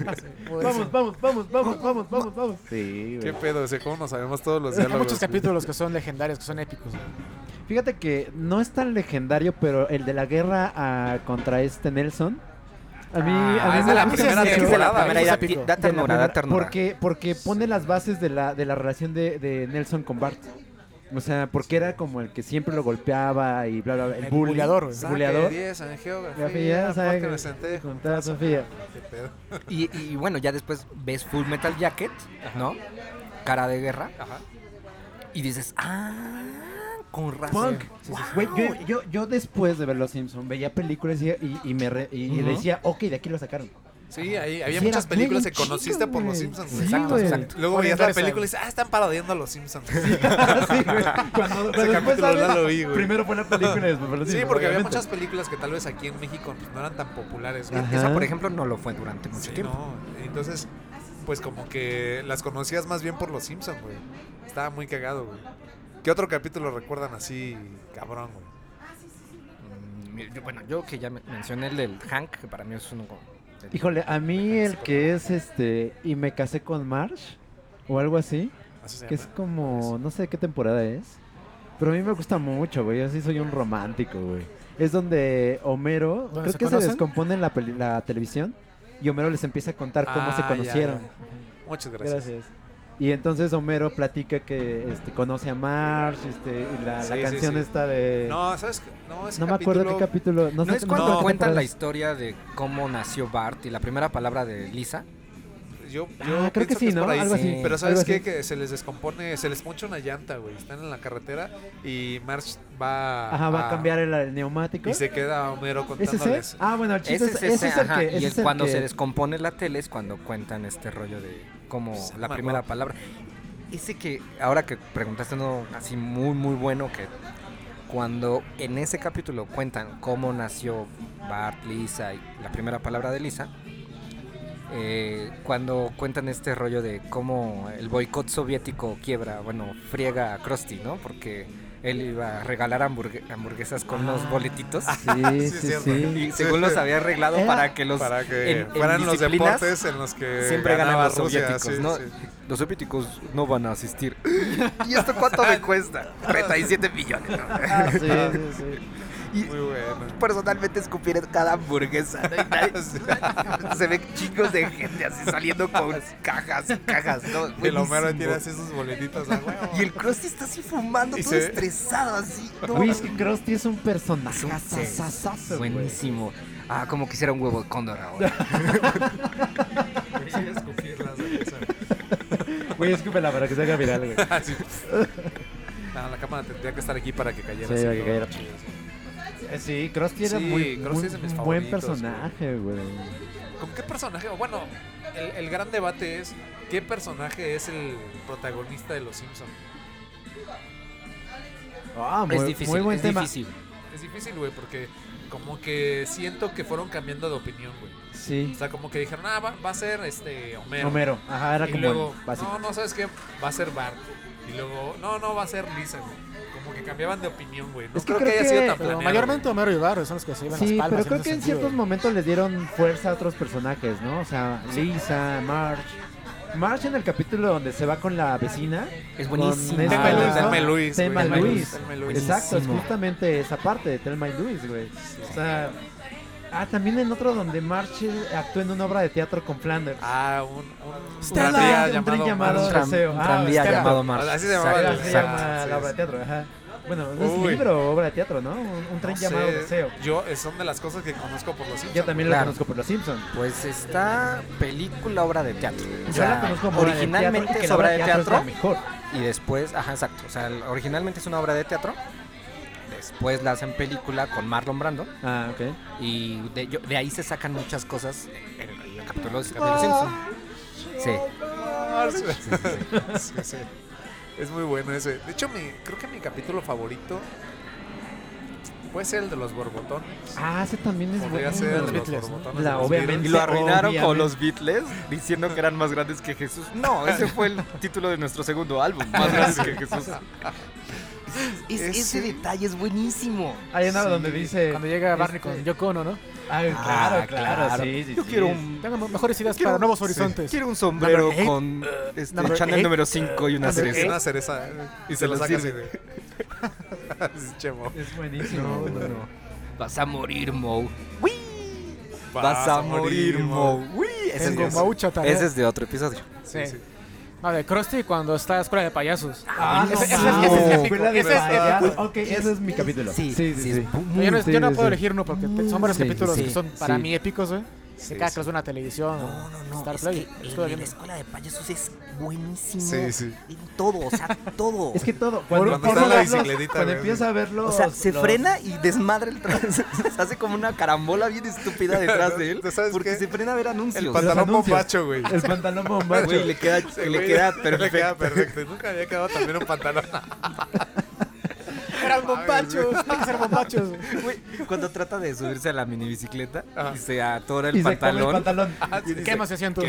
Buenísimo.
Vamos, vamos, vamos, vamos, vamos, vamos, vamos. Sí,
¿Qué pedo? O sea, ¿Cómo nos sabemos todos los
Hay
diálogos?
muchos capítulos que son legendarios, que son épicos. güey.
Fíjate que no es tan legendario, pero el de la guerra ah, contra este Nelson. A mí, a
Ah,
mí
es
me-
de la
a mí se me hace-
primera
Es de la
temporada.
primera
Eso
edad.
es épico.
Da
de la
ternura, da
primera-
ternura.
Porque, porque pone las bases de la, de la relación de, de Nelson con Bart. O sea, porque era como el que siempre lo golpeaba y bla, bla, bla. El,
El
bully.
buleador, güey.
El
Saque
buleador.
10 en
Geografía,
geografía.
sabe
porque
que-
me senté.
Juntada a Sofía.
Qué pedo.
Y, y bueno, ya después ves Full Metal Jacket, ¿no? Cara de guerra.
Ajá.
Y dices, ah, con razón.
Punk. Güey, yo, yo, yo después de ver Los Simpsons veía películas y, y, y me re- y- y
Ujú.
decía, ok, de aquí lo sacaron.
Sí, ahí había
Sí,
muchas
era
películas que
bien
conociste
chido,
por los
güey.
Simpsons.
Sí,
exacto,
güey.
exacto. Luego
Oye,
veías la
interesante.
película y dices, ah, están parodiando a los Simpsons.
sí, güey. Cuando, cuando después
capítulo
sale,
no lo vi, güey.
Primero fue la película y después fue Los
Sí,
Simpsons,
porque había
obviamente.
muchas películas que tal vez aquí en México pues, no eran tan populares. güey.
Ajá.
E-, Esa, por ejemplo, no lo fue durante mucho
Sí,
tiempo.
no. Entonces, pues como que las conocías más bien por los Simpsons, güey. Estaba muy cagado, güey. ¿Qué otro capítulo recuerdan así, cabrón, güey?
Mm, yo- Bueno, yo que ya me- mencioné el del Hank, que para mí es uno. como-
Híjole, a mí el que es este. Y me casé con Marsh. O algo así.
Así se
Que es
llama.
como. No sé qué temporada es. Pero a mí me gusta mucho, güey. Yo sí soy un romántico, güey. Es donde Homero.
¿Donde
Creo
se
que se
conocen?
descompone la, peli- la televisión. Y Homero les empieza a contar cómo
Ah,
se
ya,
conocieron.
ya. Muchas gracias.
Gracias. Y entonces Homero platica que este, conoce a Marsh. Este, y la, la
Sí, sí,
canción
sí.
esta de. No,
No, ¿sabes qué? No, ese
me acuerdo qué capítulo. Ah, No,
No,
sé
es
qué-
cuando
no,
no,
cuentan la
temporadas.
historia de cómo nació Bart y la primera palabra de Lisa.
Yo,
Ah,
yo
creo que
pienso
sí,
es
¿no?
por ahí.
Algo
así,
Pero
algo
¿sabes
así.
qué? Que se les descompone, se les poncha una llanta, güey. Están en la carretera y March va,
Ajá, va a cambiar el, el neumático.
Y se queda Homero
¿Es ese?
contándoles.
Ah, bueno, el chiste
Ese
es,
es,
ese
ese,
es el
ajá,
que.
y
ese
es
el
cuando
que-
se descompone la tele, es cuando cuentan este rollo de como
Pues
Se
la
llama
primera
Bob.
palabra. Ese que, ahora que preguntaste uno así muy, muy bueno, que cuando en ese capítulo cuentan cómo nació Bart, Lisa y la primera palabra de Lisa, eh, cuando cuentan este rollo de cómo el boicot soviético quiebra, bueno, friega a Krusty, ¿no? Porque él iba a regalar hamburgue- hamburguesas con
Ah,
unos boletitos.
Sí,
Sí, es
sí,
cierto.
sí.
Y según los había arreglado
Era-
para que los
Para que
en- en
fueran los
disciplinas,
deportes en los que
siempre ganan
ganaba
los
Rusia,
soviéticos,
sí,
¿no?
sí.
Los soviéticos no van a asistir. ¿Y esto cuánto me cuesta? 37 millones. ¿no?
Ah, Sí, sí, sí.
Y
Muy bueno.
personalmente escupir en cada hamburguesa. ¿no? Y nadie- Se ven chicos de gente así saliendo con cajas y cajas. ¿no?
Y el Homero
Buenísimo.
tiene así sus boletitos. ah, huevo.
Y el Krusty está así fumando,
Y
todo
se-
estresado así. ¿no?
Güey, es que Krusty es un
Es
personaje.
un
asasasazo, güey.
Buenísimo. Ah, como quisiera un huevo de cóndor ahora.
Güey, escúpela para que se haga viral, güey.
Ah, sí. No, la cámara tendría que estar aquí para que cayera.
Sí,
así,
para que
¿no?
cayera.
Chido, sí.
Eh, Sí, Krusty era
Sí,
muy,
Krusty
muy-
es de mis
un buen
favoritos,
personaje, güey.
¿Con qué personaje? Bueno, el, el gran debate es qué personaje es el protagonista de Los Simpsons.
Ah, muy,
es difícil,
muy buen
es
tema.
difícil.
Es difícil, güey, porque como que siento que fueron cambiando de opinión, güey. O
Sí,
sea, como que dijeron, ah, va, va a ser este Homero.
Homero. Ajá, era
y
como
luego,
el básico.
no, no, ¿sabes qué? Va a ser Bart. Y luego, no, no, va a ser Lisa, güey. Como que cambiaban de opinión, güey. No
Es que
creo, que
creo
haya
que-
sido tan
Pero
planeado.
mayormente
güey.
Homero y Bart son los que se llevan
Sí,
las palmas.
pero creo que en
ese sentido.
ciertos momentos les dieron fuerza a otros personajes, ¿no? O sea, Lisa, Marge. Marge en el capítulo donde se va con la vecina.
Es
con
buenísimo.
este
Telma y
güey,
Luis,
¿no?
Telma y Luis,
Telma
güey.
y
Telma y
Luis.
Luis, Telma y Luis.
Exacto, es
Buenísimo.
justamente esa parte de Telma y Luis, güey. O sea, ah, también en otro donde Marge actuó en una obra de teatro con Flanders.
Ah, un, un, un
Stella,
tranvía
un tren
llamado
llamado
Marge.
Otro deseo.
un
Ah,
tranvía
espera.
llamado Mars.
Así se llamaba,
Era-
güey.
se
Exacto,
llama
sí,
la obra de
sí.
teatro, ajá. Bueno, no es
Uy.
libro, obra de teatro, ¿no? Un, un tren
No
llamado
sé,
Deseo.
Yo, eh, son de las cosas que conozco por los Simpsons.
Yo también
Claro.
lo conozco por los Simpsons.
Pues está película, obra de teatro. O
Yo
sea,
la conozco como obra de teatro
originalmente
y que
es
la
obra de
es
teatro
la mejor.
y después, ajá, exacto. O sea, el- originalmente es una obra de teatro. Después la hacen película con Marlon Brando
Ah, ok.
y de, yo- de ahí se sacan muchas cosas en el, capítulo de Los Simpson. Sí.
Sí, sí. Es muy bueno ese. De hecho, mi, creo que mi capítulo favorito puede ser el de los borbotones.
Ah, ese también es
Podría
bueno.
ser el de
güey.
los
Beatles, ¿no?
borbotones.
La-
de los
obviamente.
Y
Beatles.
lo arruinaron con
Obviamente.
los Beatles diciendo que eran más grandes que Jesús. No, ese fue el título de nuestro segundo álbum, Más grandes que Jesús.
Es- ese
detalle es buenísimo.
Hay una donde dice.
Cuando llega Barney
este,
con Yoko Ono, ¿no?
Ah, claro, claro, sí, sí.
Yo
sí.
quiero un,
Tengo mejores ideas
Quiero-
para nuevos horizontes.
quiero un sombrero
Number eight.
con este,
Number
Chanel
eight.
número 5 y una
Sí, es
cereza.
una cereza. eh, Y se
Se
lo
los
saca así
sirve.
de. Sí, che, mo.
Es buenísimo. güey.
Vas a morir, Moe. ¡Wii! Vas a morir, Moe. ¡Wii! Ese, es
Tengo
de-
mucha tarea.
ese es de otro episodio.
Sí, sí.
No, de Krusty cuando está la escuela de payasos.
Ah,
Ese- ese-
mames.
ese es épico,
Escuela de
ese es
payasos.
épico.
Ok, ese es mi capítulo.
Sí, sí, es
Yo no, yo no
sí,
puedo
sí.
elegir uno porque te- son varios
eh. Sí,
capítulos
sí,
que son para
sí.
mí épicos, güey.
Sí,
que cada
sí.
que los veo en la televisión.
No, no, no.
Star
es
Play.
que
lo
el
estoy
de la
viendo.
escuela de payasos es buenísimo.
Sí, sí.
En todo, o sea, todo.
Es que todo. Cuando,
Cuando
por
está en la
verlos,
bicicletita,
Cuando
güey.
empieza a verlo.
o sea, se frena y desmadra el tra- Se hace como una carambola bien estúpida detrás de él.
¿Tú sabes
Porque
qué?
se frena a ver anuncios.
El pantalón
anuncios.
bombacho, güey.
El pantalón bombacho.
Güey, le queda,
Sí,
le
güey,
queda
Le queda
perfecto.
perfecto. Nunca había quedado también un pantalón.
Eran bombachos, hay que ser bombachos. güey.
Güey, cuando trata de subirse a la mini bicicleta
Ajá.
y se atora el
Y se come el
pantalón.
pantalón. Ah,
Ah,
¿Qué más se hacían tú?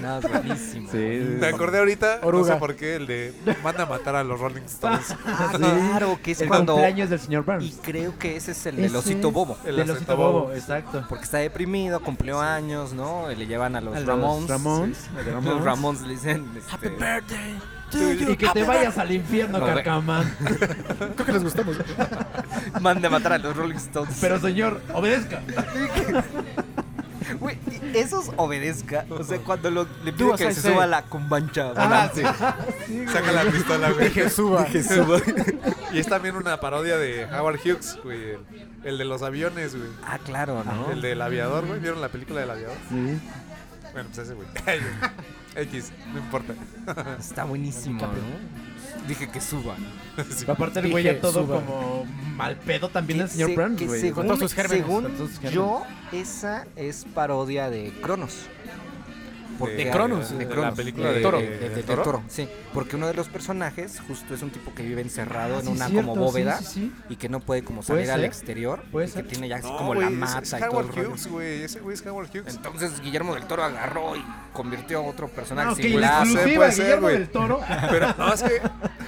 No, es buenísimo.
Sí,
Me acordé ahorita, no sé
Oruga.
por qué, el de manda a matar a los Rolling Stones.
Ah, claro, que es
el
cuando.
cumpleaños del señor
Y
Burns.
creo que ese es el
Ese
del osito
es
bobo.
El
del
acento
osito bobo,
bobo.
exacto.
Porque está deprimido, cumplió años, ¿no? Y Le llevan a los
A los
Ramones.
Ramones,
Sí.
a los Ramones.
Los Ramones le dicen. este,
Y que te vayas al infierno,
No, güey.
carcamán.
Creo que les gustamos.
Mande a matar a los Rolling Stones.
Pero señor, obedezca.
Güey, y esos obedezca. O sea, cuando lo- le
Do
pide
as
que
I
se
say.
suba a la cumbancha.
Ah, sí.
Saca la pistola, güey.
Que suba.
Y es también una parodia de Howard Hughes, güey. El, el de los aviones, güey.
Ah, claro, ¿no?
El del aviador, güey. ¿Vieron la película del aviador?
Sí.
Bueno, pues ese, güey. X, no importa.
Ah,
Está buenísimo, ¿no? Dije que suba.
Sí.
Aparte el güey ya
Dije,
todo
suba.
como mal pedo también
Que
el señor
se-
Burns,
que
güey.
según,
todos sus gérmenes,
según
con todos sus gérmenes.
yo, esa es parodia de Cronos.
De
Cronos,
De,
de
la
Cronos.
película
de,
de-
Toro.
de-
de- de-
de
de
Toro.
Toro, Sí, porque uno de los personajes justo es un tipo que vive encerrado en
Ah, Sí,
una
cierto,
como bóveda
Sí, sí,
y que no puede como
Puede
salir al
ser.
exterior.
Puede
y que
ser.
tiene ya así
No,
como la
güey, es-
mata
es
y todo el
Howard
rollo.
Hughes, güey. Ese güey es Howard Hughes.
Entonces Guillermo del Toro agarró y convirtió a otro
sí.
personaje
Ah, ok,
singular.
la
sí,
exclusiva,
puede ser,
Guillermo
güey.
del Toro.
Pero no, es que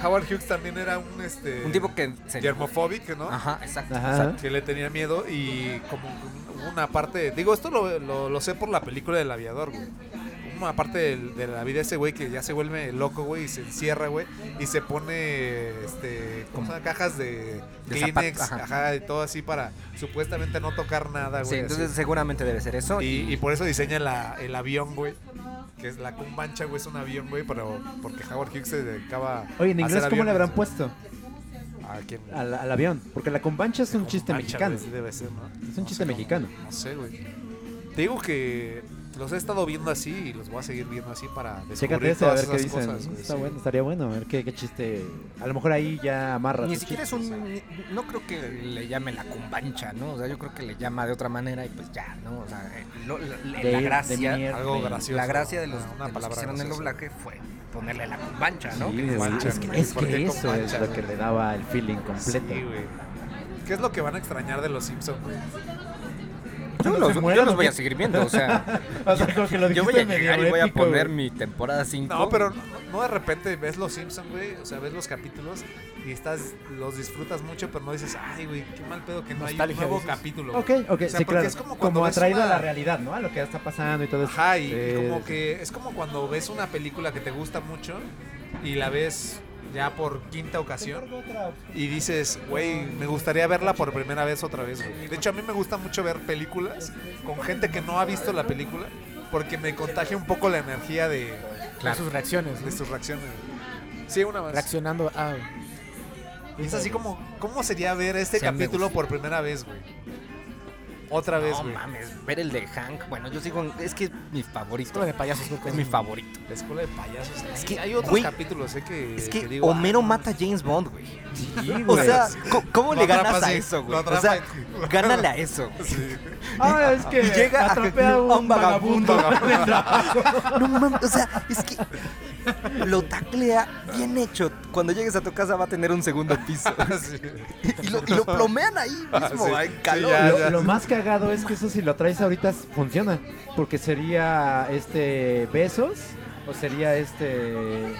Howard Hughes también era un este.
Un tipo que se-
germofóbico, ¿no?
Ajá, exacto.
Ajá.
exacto.
Que le tenía miedo y como un- una parte. Digo, esto lo, lo- lo sé por la película del aviador, güey. Una parte del- de, la vida de ese güey que ya se vuelve loco, güey, y se encierra, güey, y se pone, este, ¿cómo se llama? Cajas de,
De
Kleenex,
zapato, ajá.
ajá, y todo así para supuestamente no tocar nada, güey. así.
Sí, entonces seguramente debe ser eso.
Y, y por eso diseña la- el avión, güey. Que es la cumbancha, güey, es un avión, güey, pero porque Howard Hughes se dedicaba
Oye, en
a
inglés,
hacer
¿cómo le
aviones,
habrán puesto
güey. ¿A quién?
al, al avión? Porque la combancha es un chiste
Cumbancha,
mexicano.
güey, sí debe ser, ¿no?
Es un
No
chiste
sé cómo-
mexicano.
No sé, güey. Te digo que los he estado viendo así y los voy a seguir viendo así para
Chécate
descubrir
ese, a
todas
ver qué
esas
dicen.
cosas, güey,
Está
sí.
bueno, estaría bueno, a ver qué, qué chiste. A lo mejor ahí ya amarra.
Ni
tu
siquiera es
chiste.
un. ni- No creo que le llame la cumbancha, ¿no? O sea, yo creo que le llama de otra manera y pues ya, ¿no? O sea, eh, lo- la, la-
De-
la
de
gracia. Ah,
mierda.
Algo gracioso.
La gracia de los,
Una
de los
palabra
que hicieron el
graciosa.
doblaje fue ponerle la cumbancha, ¿no?
Sí,
Que-
güey,
Combancha,
es que,
güey,
es
¿por
que
qué
eso
combancha,
es lo
güey?
que le daba el feeling
Sí,
completo.
güey. ¿Qué es lo que van a extrañar de los Simpsons, güey?
yo, los, yo los voy a seguir viendo, o sea.
o sea, como que lo
yo voy a
dijiste
llegar
medio
y voy a
épico,
poner
güey.
mi temporada 5.
No, pero no, no de repente ves los Simpsons, güey. O sea, ves los capítulos y estás, los disfrutas mucho, pero no dices, ay, güey, qué mal pedo que no hay un
Nostalgia,
nuevo
dices.
capítulo. güey".
Ok, ok,
O sea,
sí,
porque
claro.
es como
como
cuando ves
atraído a
una-
la realidad, ¿no? A lo que está pasando y todo eso.
Ajá, y
Sí,
como
sí,
que es como cuando ves una película que te gusta mucho y la ves ya por quinta ocasión y dices, güey, me gustaría verla por primera vez otra vez. güey". De hecho, a mí me gusta mucho ver películas con gente que no ha visto la película porque me contagia un poco la energía de,
Claro. Sus reacciones.
de
¿no?
sus reacciones. güey. Sí, una más.
Reaccionando a.
Y es así como, ¿cómo sería ver este
Sí, me
capítulo
gusta.
por primera vez, güey? Otra vez,
No
güey.
mames, ver el de Hank. Bueno, yo sigo. Es que es mi favorito.
Escuela de payasos, creo que
Es mi favorito.
La escuela de payasos.
Es
Es
que,
que hay otros
güey,
capítulos, eh, que,
Es
que
que
digo,
Homero
"Ah,
mata a James Bond, güey.
Sí,
O
güey.
sea, co- ¿cómo
Lo
le ganas
atrapa,
a
sí.
eso, güey?
Lo
O
atrapa.
sea, gánale a eso. güey.
Sí.
Ah, es que
Llega a-
atrapé a un,
a un vagabundo.
vagabundo de trabajo.
No mames, o sea, es que lo taclea bien hecho. Cuando llegues a tu casa va a tener un segundo piso.
Sí. Ah,
Y, y lo, y lo plomean ahí mismo,
Sí,
en
sí,
calor.
ya.
Lo, lo más cagado es que eso si lo traes ahorita s- funciona. Porque sería este Besos o sería este...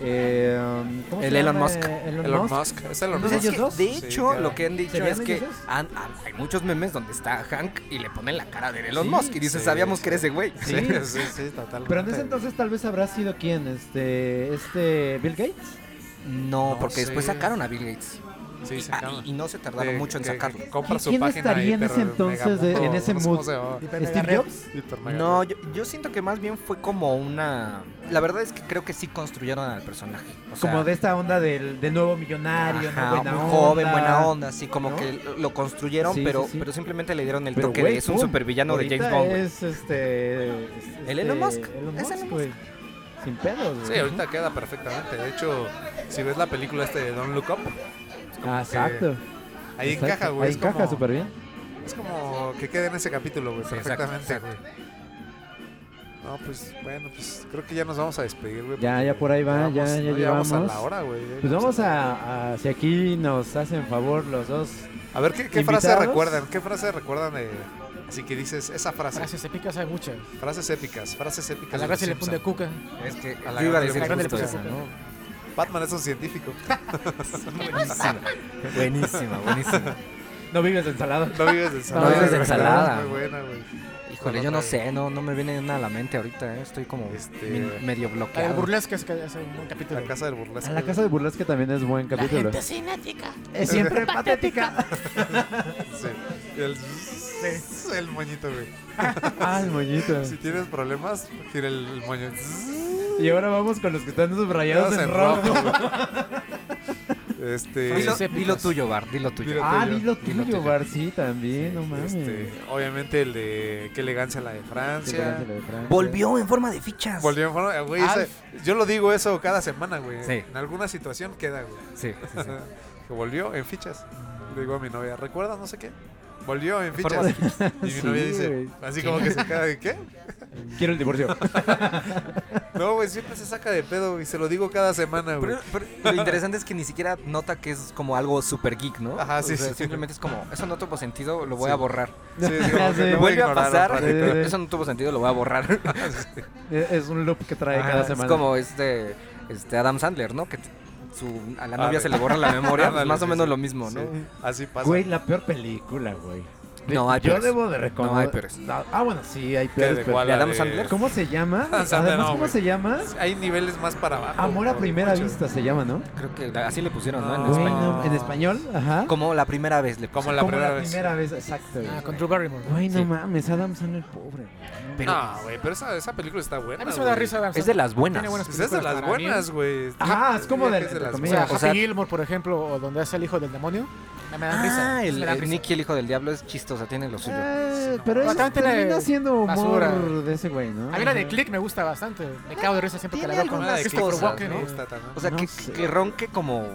eh, um, ¿cómo se
El Elon
llama?
Musk.
Eh, Elon,
Elon
Musk.
Musk. Es Elon
Entonces,
Musk.
Pues es
ellos
que,
dos?
de
Sí,
hecho,
claro.
lo que han dicho
¿Serían
es que
ellos dos?
han- han- hay muchos memes donde está Hank y le ponen la cara de Elon
Sí,
Musk y dices,
sí,
sabíamos que
sí.
eres ese güey.
Sí.
Sí, sí, sí, totalmente.
Pero en ese entonces tal vez habrá sido quién, este, este Bill Gates.
No,
No
porque después
sé.
sacaron a Bill Gates.
Sí,
y,
se
ah,
acaba.
y- y no se tardaron
De-
mucho en
que-
sacarlo.
que compra su
¿Quién
página
estaría
de
en ese entonces de- en ese
Hipermegamundo, no sé cómo
mood?
se llamaba.
¿Steve Jobs?
Hipermegamundo.
No, yo, yo siento que más bien fue como una... La verdad es que creo que sí construyeron al personaje. o sea,
Como de esta onda del, del nuevo millonario,
ajá,
¿no? buena
un
onda.
joven, buena onda, así como
¿no?
que lo- lo construyeron,
Sí,
pero,
sí, sí.
pero simplemente le dieron el
Pero,
toque
güey,
de es un
pum,
supervillano de
ahorita
James Bond. güey.
Es este. es-
¿El
este,
Elon Musk?
Elon
Es
Musk,
Elon Musk.
güey. Sin pedos, güey.
Sí, ahorita queda perfectamente. De hecho, si ves la película este de Don't Look Up,
Ah, exacto.
ahí
exacto.
encaja, güey.
Ahí
es
encaja
como-
súper bien.
Es como que quede en ese capítulo, güey,
Sí, exacto,
perfectamente, güey. No, pues bueno, pues creo que ya nos vamos a despedir, güey.
Ya,
porque
ya por ahí va,
vamos-
ya, ya
no, llegamos a
llevamos.
la hora, güey. ya
Pues
llegamos
vamos
la-
a, a- Si aquí nos hacen favor los dos.
A ver, ¿qué, qué
¿Invitados?
frase recuerdan? ¿Qué frase recuerdan de... Así que dices, esa frase.
Gracias, se pica, sabe mucho.
Frases épicas, frases épicas.
A la
de
gracia le
los
pone
Simpson.
cuca.
Es que
a la
yo iba a
grande
decir "Pues,
le puse
justo
cuca.
esa, ¿no?
Batman es un científico.
Buenísima, buenísima, buenisima.
No vives ensalada.
No vives de ensalada.
No vives de
güey.
ensalada.
Muy buena, güey.
Híjole, yo no sé, no, no me viene nada a la mente ahorita, eh, estoy como
Este-
min-
La
medio
del
bloqueado.
burlesque es que hace un capítulo.
La casa del burlesque.
A la
güey.
casa de burlesque también es buen capítulo. Es siempre patética.
Sí. El, el moñito, güey.
Ay, moñito.
Si tienes problemas, tira el, el moño.
Y ahora vamos con los que están subrayados
Todos
en rojo.
güey. este,
Dilo,
Frases
dilo tuyo, Bar, dilo tuyo.
Dilo
Ah,
tuyo.
dilo
Dilo
tuyo,
tuyo.
Bar, sí, también, no mames.
este, obviamente el de qué elegancia la de
Sí,
Francia.
gracias, la de Francia.
Volvió en forma de fichas.
Volvió en forma- güey,
Ah,
ese- yo lo digo eso cada semana, güey.
Sí.
En alguna situación queda, güey.
Sí, sí, sí.
Que volvió en fichas. Le digo a mi novia, ¿recuerdas no sé qué? Volvió en
forma
fichas. Y mi
Sí,
novia dice,
güey.
así como que se queda de qué.
Quiero el divorcio.
No, güey, siempre se saca de pedo y se lo digo cada semana, güey.
Pero, pero lo interesante es que ni siquiera nota que es como algo super geek, ¿no?
Ajá, sí,
O sea,
sí.
Simplemente es como, eso no tuvo sentido, lo voy
Sí.
a borrar.
Sí, es como que
Sí.
lo voy
Vuelve a
ignorar un
pasar,
ratito.
Sí, sí, sí.
eso no tuvo sentido, lo voy a borrar.
Es es un loop que trae
Ajá,
cada semana.
Es como este, este Adam Sandler, ¿no? Que t- su, a la
Ah,
novia
de-
se le borra la memoria,
Ándale,
más o
sí,
menos
sí.
lo mismo,
Sí,
¿no?
Así pasa.
Güey, la peor película, güey.
No, hay
Yo
peores.
debo de recordar.
No, hay peores.
Ah, bueno, sí, hay
Que de
peores. pero-
igual a
Adam
de-
Sandler.
¿Cómo se llama?
Ah, Sandra,
Además,
no,
¿cómo
güey.
se llama?
Hay niveles más para abajo.
Amor a
por
primera
mucho.
vista se llama, ¿no?
Creo que la- así le pusieron, ¿no? En
Ah.
Güey,
español.
no, en español, ajá.
Como la primera vez le
Como
pusieron.
la primera vez.
vez, exacto. güey.
Ah, con Drew Barrymore.
Güey, no
Sí.
mames, Adam Sandler, pobre. güey.
Pero
No, güey, pero esa, esa película está buena.
A mí se me da
güey.
risa Adam
es de
Sandler.
las buenas.
Tiene buenas
Pues es de las
Para mí.
buenas, güey.
Ajá, es como de-
Es de
entre
las
O
comillas.
sea,
O
Happy
sea-
Gilmore, por ejemplo, o donde hace el hijo del demonio. Me dan risa.
Ah,
me
el,
dan
el
risa.
Nicky, el hijo del diablo, es chistosa, tiene lo suyo.
Eh, pero eso
Bastante
termina
la-
siendo humor
basura.
de ese güey, ¿no?
A mí la de
Ajá.
Click me gusta bastante. Me cago de risa siempre que la
Tiene
veo con
Una de
Christopher
cosas,
Walken.
¿no?
¿no?
Está tan-
O sea,
No
que,
sé.
que ronque como,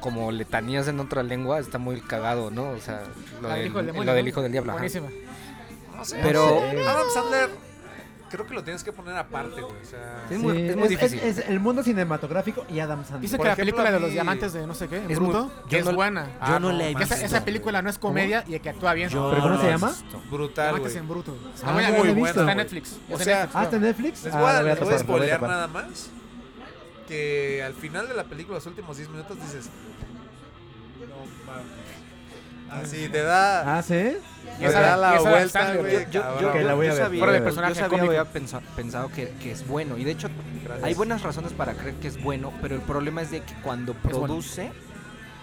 como letanías en otra lengua está muy cagado, ¿no? O sea, lo,
La del
del,
hijo del
lo
demonio,
del
¿no?
hijo del diablo. ajá.
Buenísima.
No sé,
Pero-
no sé. Adam Sandler, creo que lo tienes que poner aparte, güey. O sea,
Es muy,
Sí,
es muy difícil.
es el mundo cinematográfico y Adam Sandler.
Dice
Por
que la
ejemplo,
película
a
de
mí-
los diamantes de no sé qué, en
es muy-
bruto,
yo
es
no-
buena.
Ah,
yo no la he
mames,
Esa, esa
no,
película no es comedia y que actúa bien.
¿Pero cómo se llama?
güey. brutal,
Diamantes
güey.
en bruto. Está
Ah,
buena,
muy
está
buena,
Está
güey.
en Netflix.
O
es de
sea,
Netflix,
Ah, ¿está en
creo.
Netflix?
Les
Ah,
voy a,
la voy a
les voy a
tapar, la voy a
spoilear
tapar.
nada más que al final de la película, los últimos 10 minutos, dices... No, mames. Así te da...
Ah, ¿sí?
te
esa-
da la
esa de
vuelta,
Sandler.
güey.
Yo, yo,
cabrón.
Que
yo,
Ah, la voy
yo
a ver,
sabía,
fuera de
yo
personaje
sabía,
cómico.
había pensa- pensado que, que es bueno. Y de hecho,
Gracias.
hay buenas razones para creer que es bueno, pero el problema es de que cuando
bueno.
produce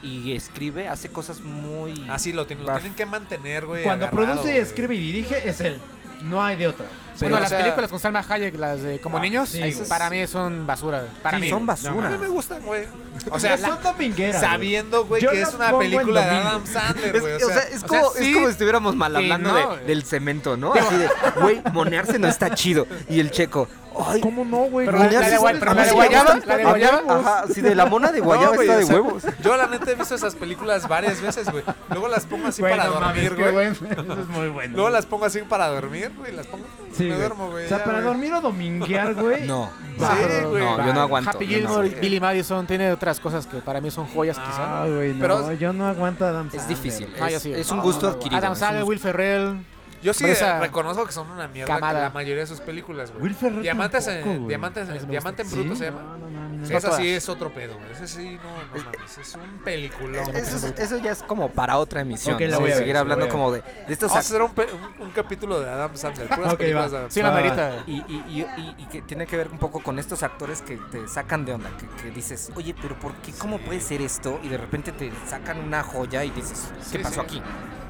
y escribe, hace cosas muy...
Ah,
Así Ah, lo tienen, lo
Va.
tienen que mantener, güey.
Cuando
agarrado,
produce,
güey.
escribe y dirige, es él. No hay de otra.
pero,
bueno,
o ah,
las
sea-
películas con Salma Hayek, las de Como Niños,
sí,
esas
güey.
para mí son basura. Para
Sí,
mí.
son
A mí
basura.
me gustan, güey. O sea,
sea, son domingueras.
sabiendo, güey,
Yo
que es
las
una
pongo en
película de
domingo.
Adam Sandler,
Es,
güey.
o sea, es
o
como,
sea,
es
sí,
como este si estuviéramos mal
sí,
hablando
no,
de-
güey.
del cemento, ¿no? Así de, güey, monearse no está chido. Y el checo, ay,
¿Cómo no, güey?
Pero
No,
la- la
ya
de
se
Guay-
sabe
pero
cómo
la de
se
Guayaba,
llama.
la de Guayaba.
Ajá, sí, de la mona de guayaba
No, güey,
está de
o sea,
huevos.
Yo la neta he visto esas películas varias veces, güey. Luego las pongo así para dormir, güey.
Eso es muy bueno.
Luego las pongo así para dormir, güey. Las pongo.
Sí,
me
güey.
duermo, güey.
O sea,
ya,
para
güey.
dormir o dominguear, güey.
No,
Va.
Sí, güey.
no, yo no aguanto.
Happy
yo no
Gilmore,
aguanto.
Billy Madison, tiene otras cosas que para mí son joyas,
Ah,
quizás.
güey, no.
Pero-
yo no aguanto a Adam
Es
Sandler.
difícil,
Ah, yo
es,
sí.
es un gusto adquirido.
Adam
es un
Sandler, Will Ferrell,
Yo sí
Pero esa-
reconozco que son una mierda
Camada.
que la mayoría de sus películas, güey.
Will Ferrell
Diamantes, en-
tampoco, güey.
Diamantes en-
Ese me
Diamante en
gusta.
Bruto
¿Sí?
se llama.
no
Esa sí
todas.
es otro pedo, güey. Ese sí, no, no mames. Es un peliculón.
Eso, es- eso ya es como para otra emisión.
Ok, la
¿no?
voy a ver,
seguir
la
hablando
voy a
como de, de estas
Vamos a hacer un, pe- un- un capítulo de Adam Sandler. Puras
Ok,
películas
va.
de Adam
Sí, la
Ah.
merita.
Y, y- y- y- y que tiene que ver un poco con estos actores que te sacan de onda, que, que dices, oye, pero ¿por qué? ¿Cómo puede ser esto? Y de repente te sacan una joya y dices, ¿qué
Sí,
pasó
sí.
aquí?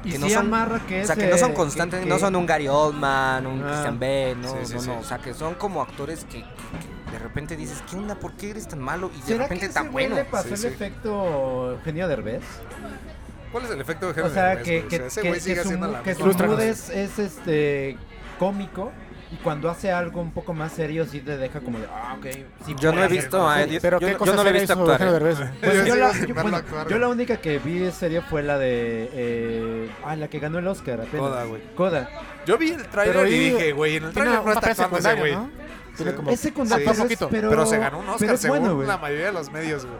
Y
que
sí amarra que
o sea,
es,
que no son
eh,
constantes,
que-
no
que-
son un Gary Oldman, un
Ah.
Christian Bale, no,
Sí, sí,
no,
sí.
no. O sea, que son como actores que, que- que de repente dices, ¿qué onda? ¿Por qué eres tan malo? Y de
¿Será
repente
que
tan
ese güey
bueno.
le pasó
Sí,
el
sí.
efecto Eugenio Derbez?
Sandler. ¿Cuál es el efecto de
O
Eugenio
sea,
Derbez,
que,
güey?
que,
O sea, ese
que-
güey
que
sigue
su,
haciendo la
mu- que su
misma
mood
mamada.
es, es, este cómico y cuando hace algo un poco más serio sí te deja como de, ah, ok. sí
Yo no he
puede ser,
visto
¿no?
a
Sí.
Eddie-
Pero
yo,
qué
yo
cosas
no lo he
seria
visto
hizo Eugenio
actuar.
Derbez.
Bueno,
Sí,
yo,
sí,
la, yo-
sí, verlo
bueno,
actuar,
yo
güey.
la única que vi de serio fue la de... eh, ah, la que ganó el Oscar apenas.
Coda, güey.
Coda.
Yo vi el
Pero
tráiler y
ahí
dije, güey, en el
Tiene
tráiler no
un
está
papel
actuando ese güey.
secundario, ¿no? Tiene
Sí.
como...
Es secundario,
Actúa
pero es-
poquito.
pero,
Pero se ganó un Oscar
pero es
según
bueno, güey.
la mayoría de los medios, güey.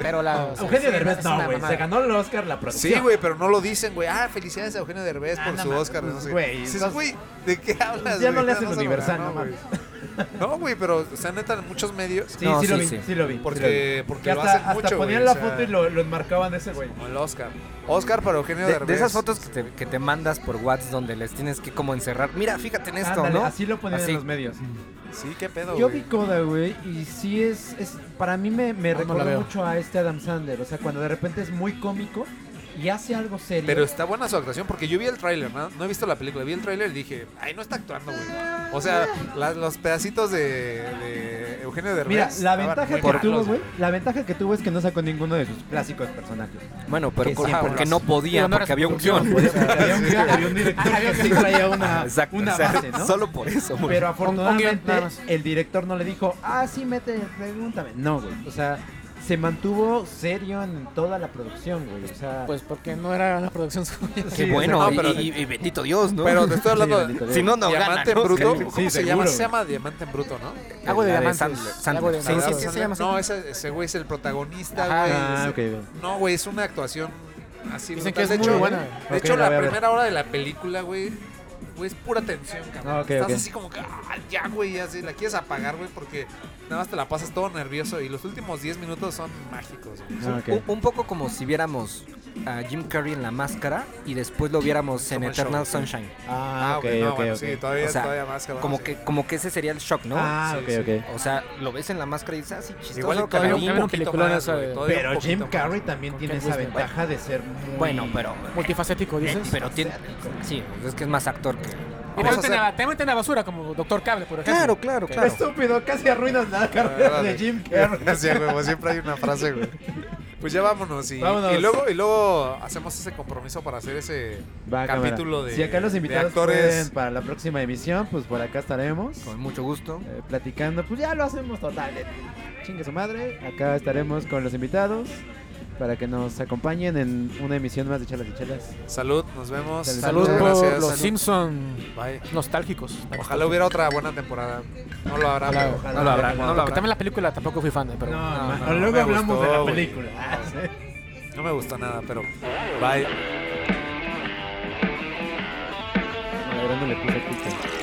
Pero la... o sea,
Eugenio
sí,
Derbez
es una
no, güey.
mamada.
Se ganó el Oscar la producción.
Sí, güey, pero no lo dicen, güey. Ah, felicidades a Eugenio Derbez
Ah,
por
no
su
mames,
Oscar. No sé.
güey,
Dices,
entonces-
güey, ¿de qué hablas?
Ya no
güey?
le hacen
se lo
Universal,
ganó,
no mames.
güey. No, güey, pero, o sea, neta, en muchos medios,
Sí,
No,
sí, lo
sí,
vi,
sí.
sí lo vi. sí
Porque-
lo vi.
porque
Que
lo
hasta,
hacen
hasta
mucho,
ponían
güey,
la
o sea.
foto y lo, lo enmarcaban ese güey.
como el Oscar. Oscar para Eugenio
De,
Derbez.
de esas fotos que te, que te mandas por WhatsApp donde les tienes que como encerrar. Mira, fíjate en esto,
Ándale,
¿no?
Así lo ponían
Así.
en los medios.
Sí, qué pedo,
Yo
güey.
vi Coda, güey, y sí es, es para mí me, me
Ah, No, no
recuerda
la veo.
mucho a este Adam Sandler, o sea, cuando de repente es muy cómico y hace algo serio.
Pero está buena su actuación porque yo vi el tráiler, ¿no? No he visto la película, vi el tráiler y dije, ay, no está actuando, güey. O sea, la- los pedacitos de, de Eugenio Derbez.
Mira, la
estaban
ventaja
muy
que
malos,
tuvo, güey, la ventaja que tuvo es que no sacó ninguno de sus clásicos personajes.
Bueno, pero
Que
con-
siempre
porque
lo
no
hacen.
podía,
Digo, no
porque
era
había un
producción,
guión.
güey.
pues.
Había un, había un director que sí traía una,
Exacto,
una
o sea,
base, ¿no?
Solo por eso,
Pero
Un- un
güey.
guión,
afortunadamente
nada más.
el director no le dijo, ah, sí, mete, pregúntame. No, güey, o sea, se mantuvo serio en toda la producción, güey, o sea...
Pues porque no era una producción suya.
Qué
sí,
bueno,
no, pero-
y, y- y bendito Dios, ¿no?
Pero te estoy
Sí,
hablando
bendito
de
Dios.
si no, no ganan.
Diamante en
¿no?
Bruto.
Sí,
¿Cómo
sí,
se
seguro,
llama?
güey.
Se llama Diamante en Bruto, ¿no?
Hago de
La de
diamantes.
Sandler,
Hago de
Sandler.
diamantes.
sí,
Ah,
se llama así.
No, ese, ese güey es el protagonista,
Ajá.
güey.
Ah,
Es-
ok, güey.
No, güey, es una actuación así.
Dicen
brutal.
que es
de
muy
hecho,
buena.
De
Ok, la
hecho,
voy
la
a ver.
primera hora de la película, güey, güey, es pura tensión, cabrón.
Ah, ok,
Estás
ok.
así como que, ah, ya, güey, ya, así, la quieres apagar, güey, porque nada más te la pasas todo nervioso y los últimos 10 minutos son mágicos, güey.
Ah, ok.
Un, un poco como si viéramos a Jim Carrey en La Máscara y después lo viéramos en
Como el show,
Eternal
sí.
Sunshine.
Ah, ok,
güey, no,
ok,
bueno,
ok.
sí, todavía,
O sea,
todavía más, cabrón.
Como
sí.
que, como que ese sería el shock, ¿no?
Ah,
Sí,
ok,
sí.
ok.
O sea, lo ves en la máscara y dices, ah, sí, chistoso,
Igual que
todavía
cabrón.
un
había un
poquito
película
más,
en esa
güey,
de.
todavía
Pero Jim Carrey también
Con
tiene
Kate
esa
Winslet.
ventaja de ser muy...
Bueno, pero... eh,
Multifacético, dices.
Pero tiene... Sí, es que es más actor que...
Y
Vamos a
te meten,
hacer-
a, te meten a basura como Doctor Cable, por ejemplo.
Claro, claro, claro.
Estúpido, casi arruinas la carrera de Jim Carrey.
Ah, Sí, güey, pues, siempre hay una frase, güey. Pues ya vámonos y,
Vámonos.
y luego y luego hacemos ese compromiso para hacer ese
Va, cámara.
capítulo de
Si acá los
de
invitados pueden
actores.
para la próxima emisión, pues por acá estaremos
Con mucho gusto.
eh, platicando. Pues ya lo hacemos total. eh. Chingue su madre. Acá estaremos con los invitados para que nos acompañen en una emisión más de Chelas y Chelas.
Salud, nos vemos.
Salud
Muchas
por
gracias.
los
Salud.
Simpson
Bye.
nostálgicos.
Ojalá hubiera otra buena temporada. No lo habrá.
Ojalá,
pero-
ojalá.
No lo habrá.
Ojalá.
No lo
Porque
habrá.
también la película tampoco fui fan de, pero...
no, no,
luego
me
hablamos
gustó,
de la
güey.
película. Ah, sí.
No me gustó nada, pero bye.
La verdad no le puse pito.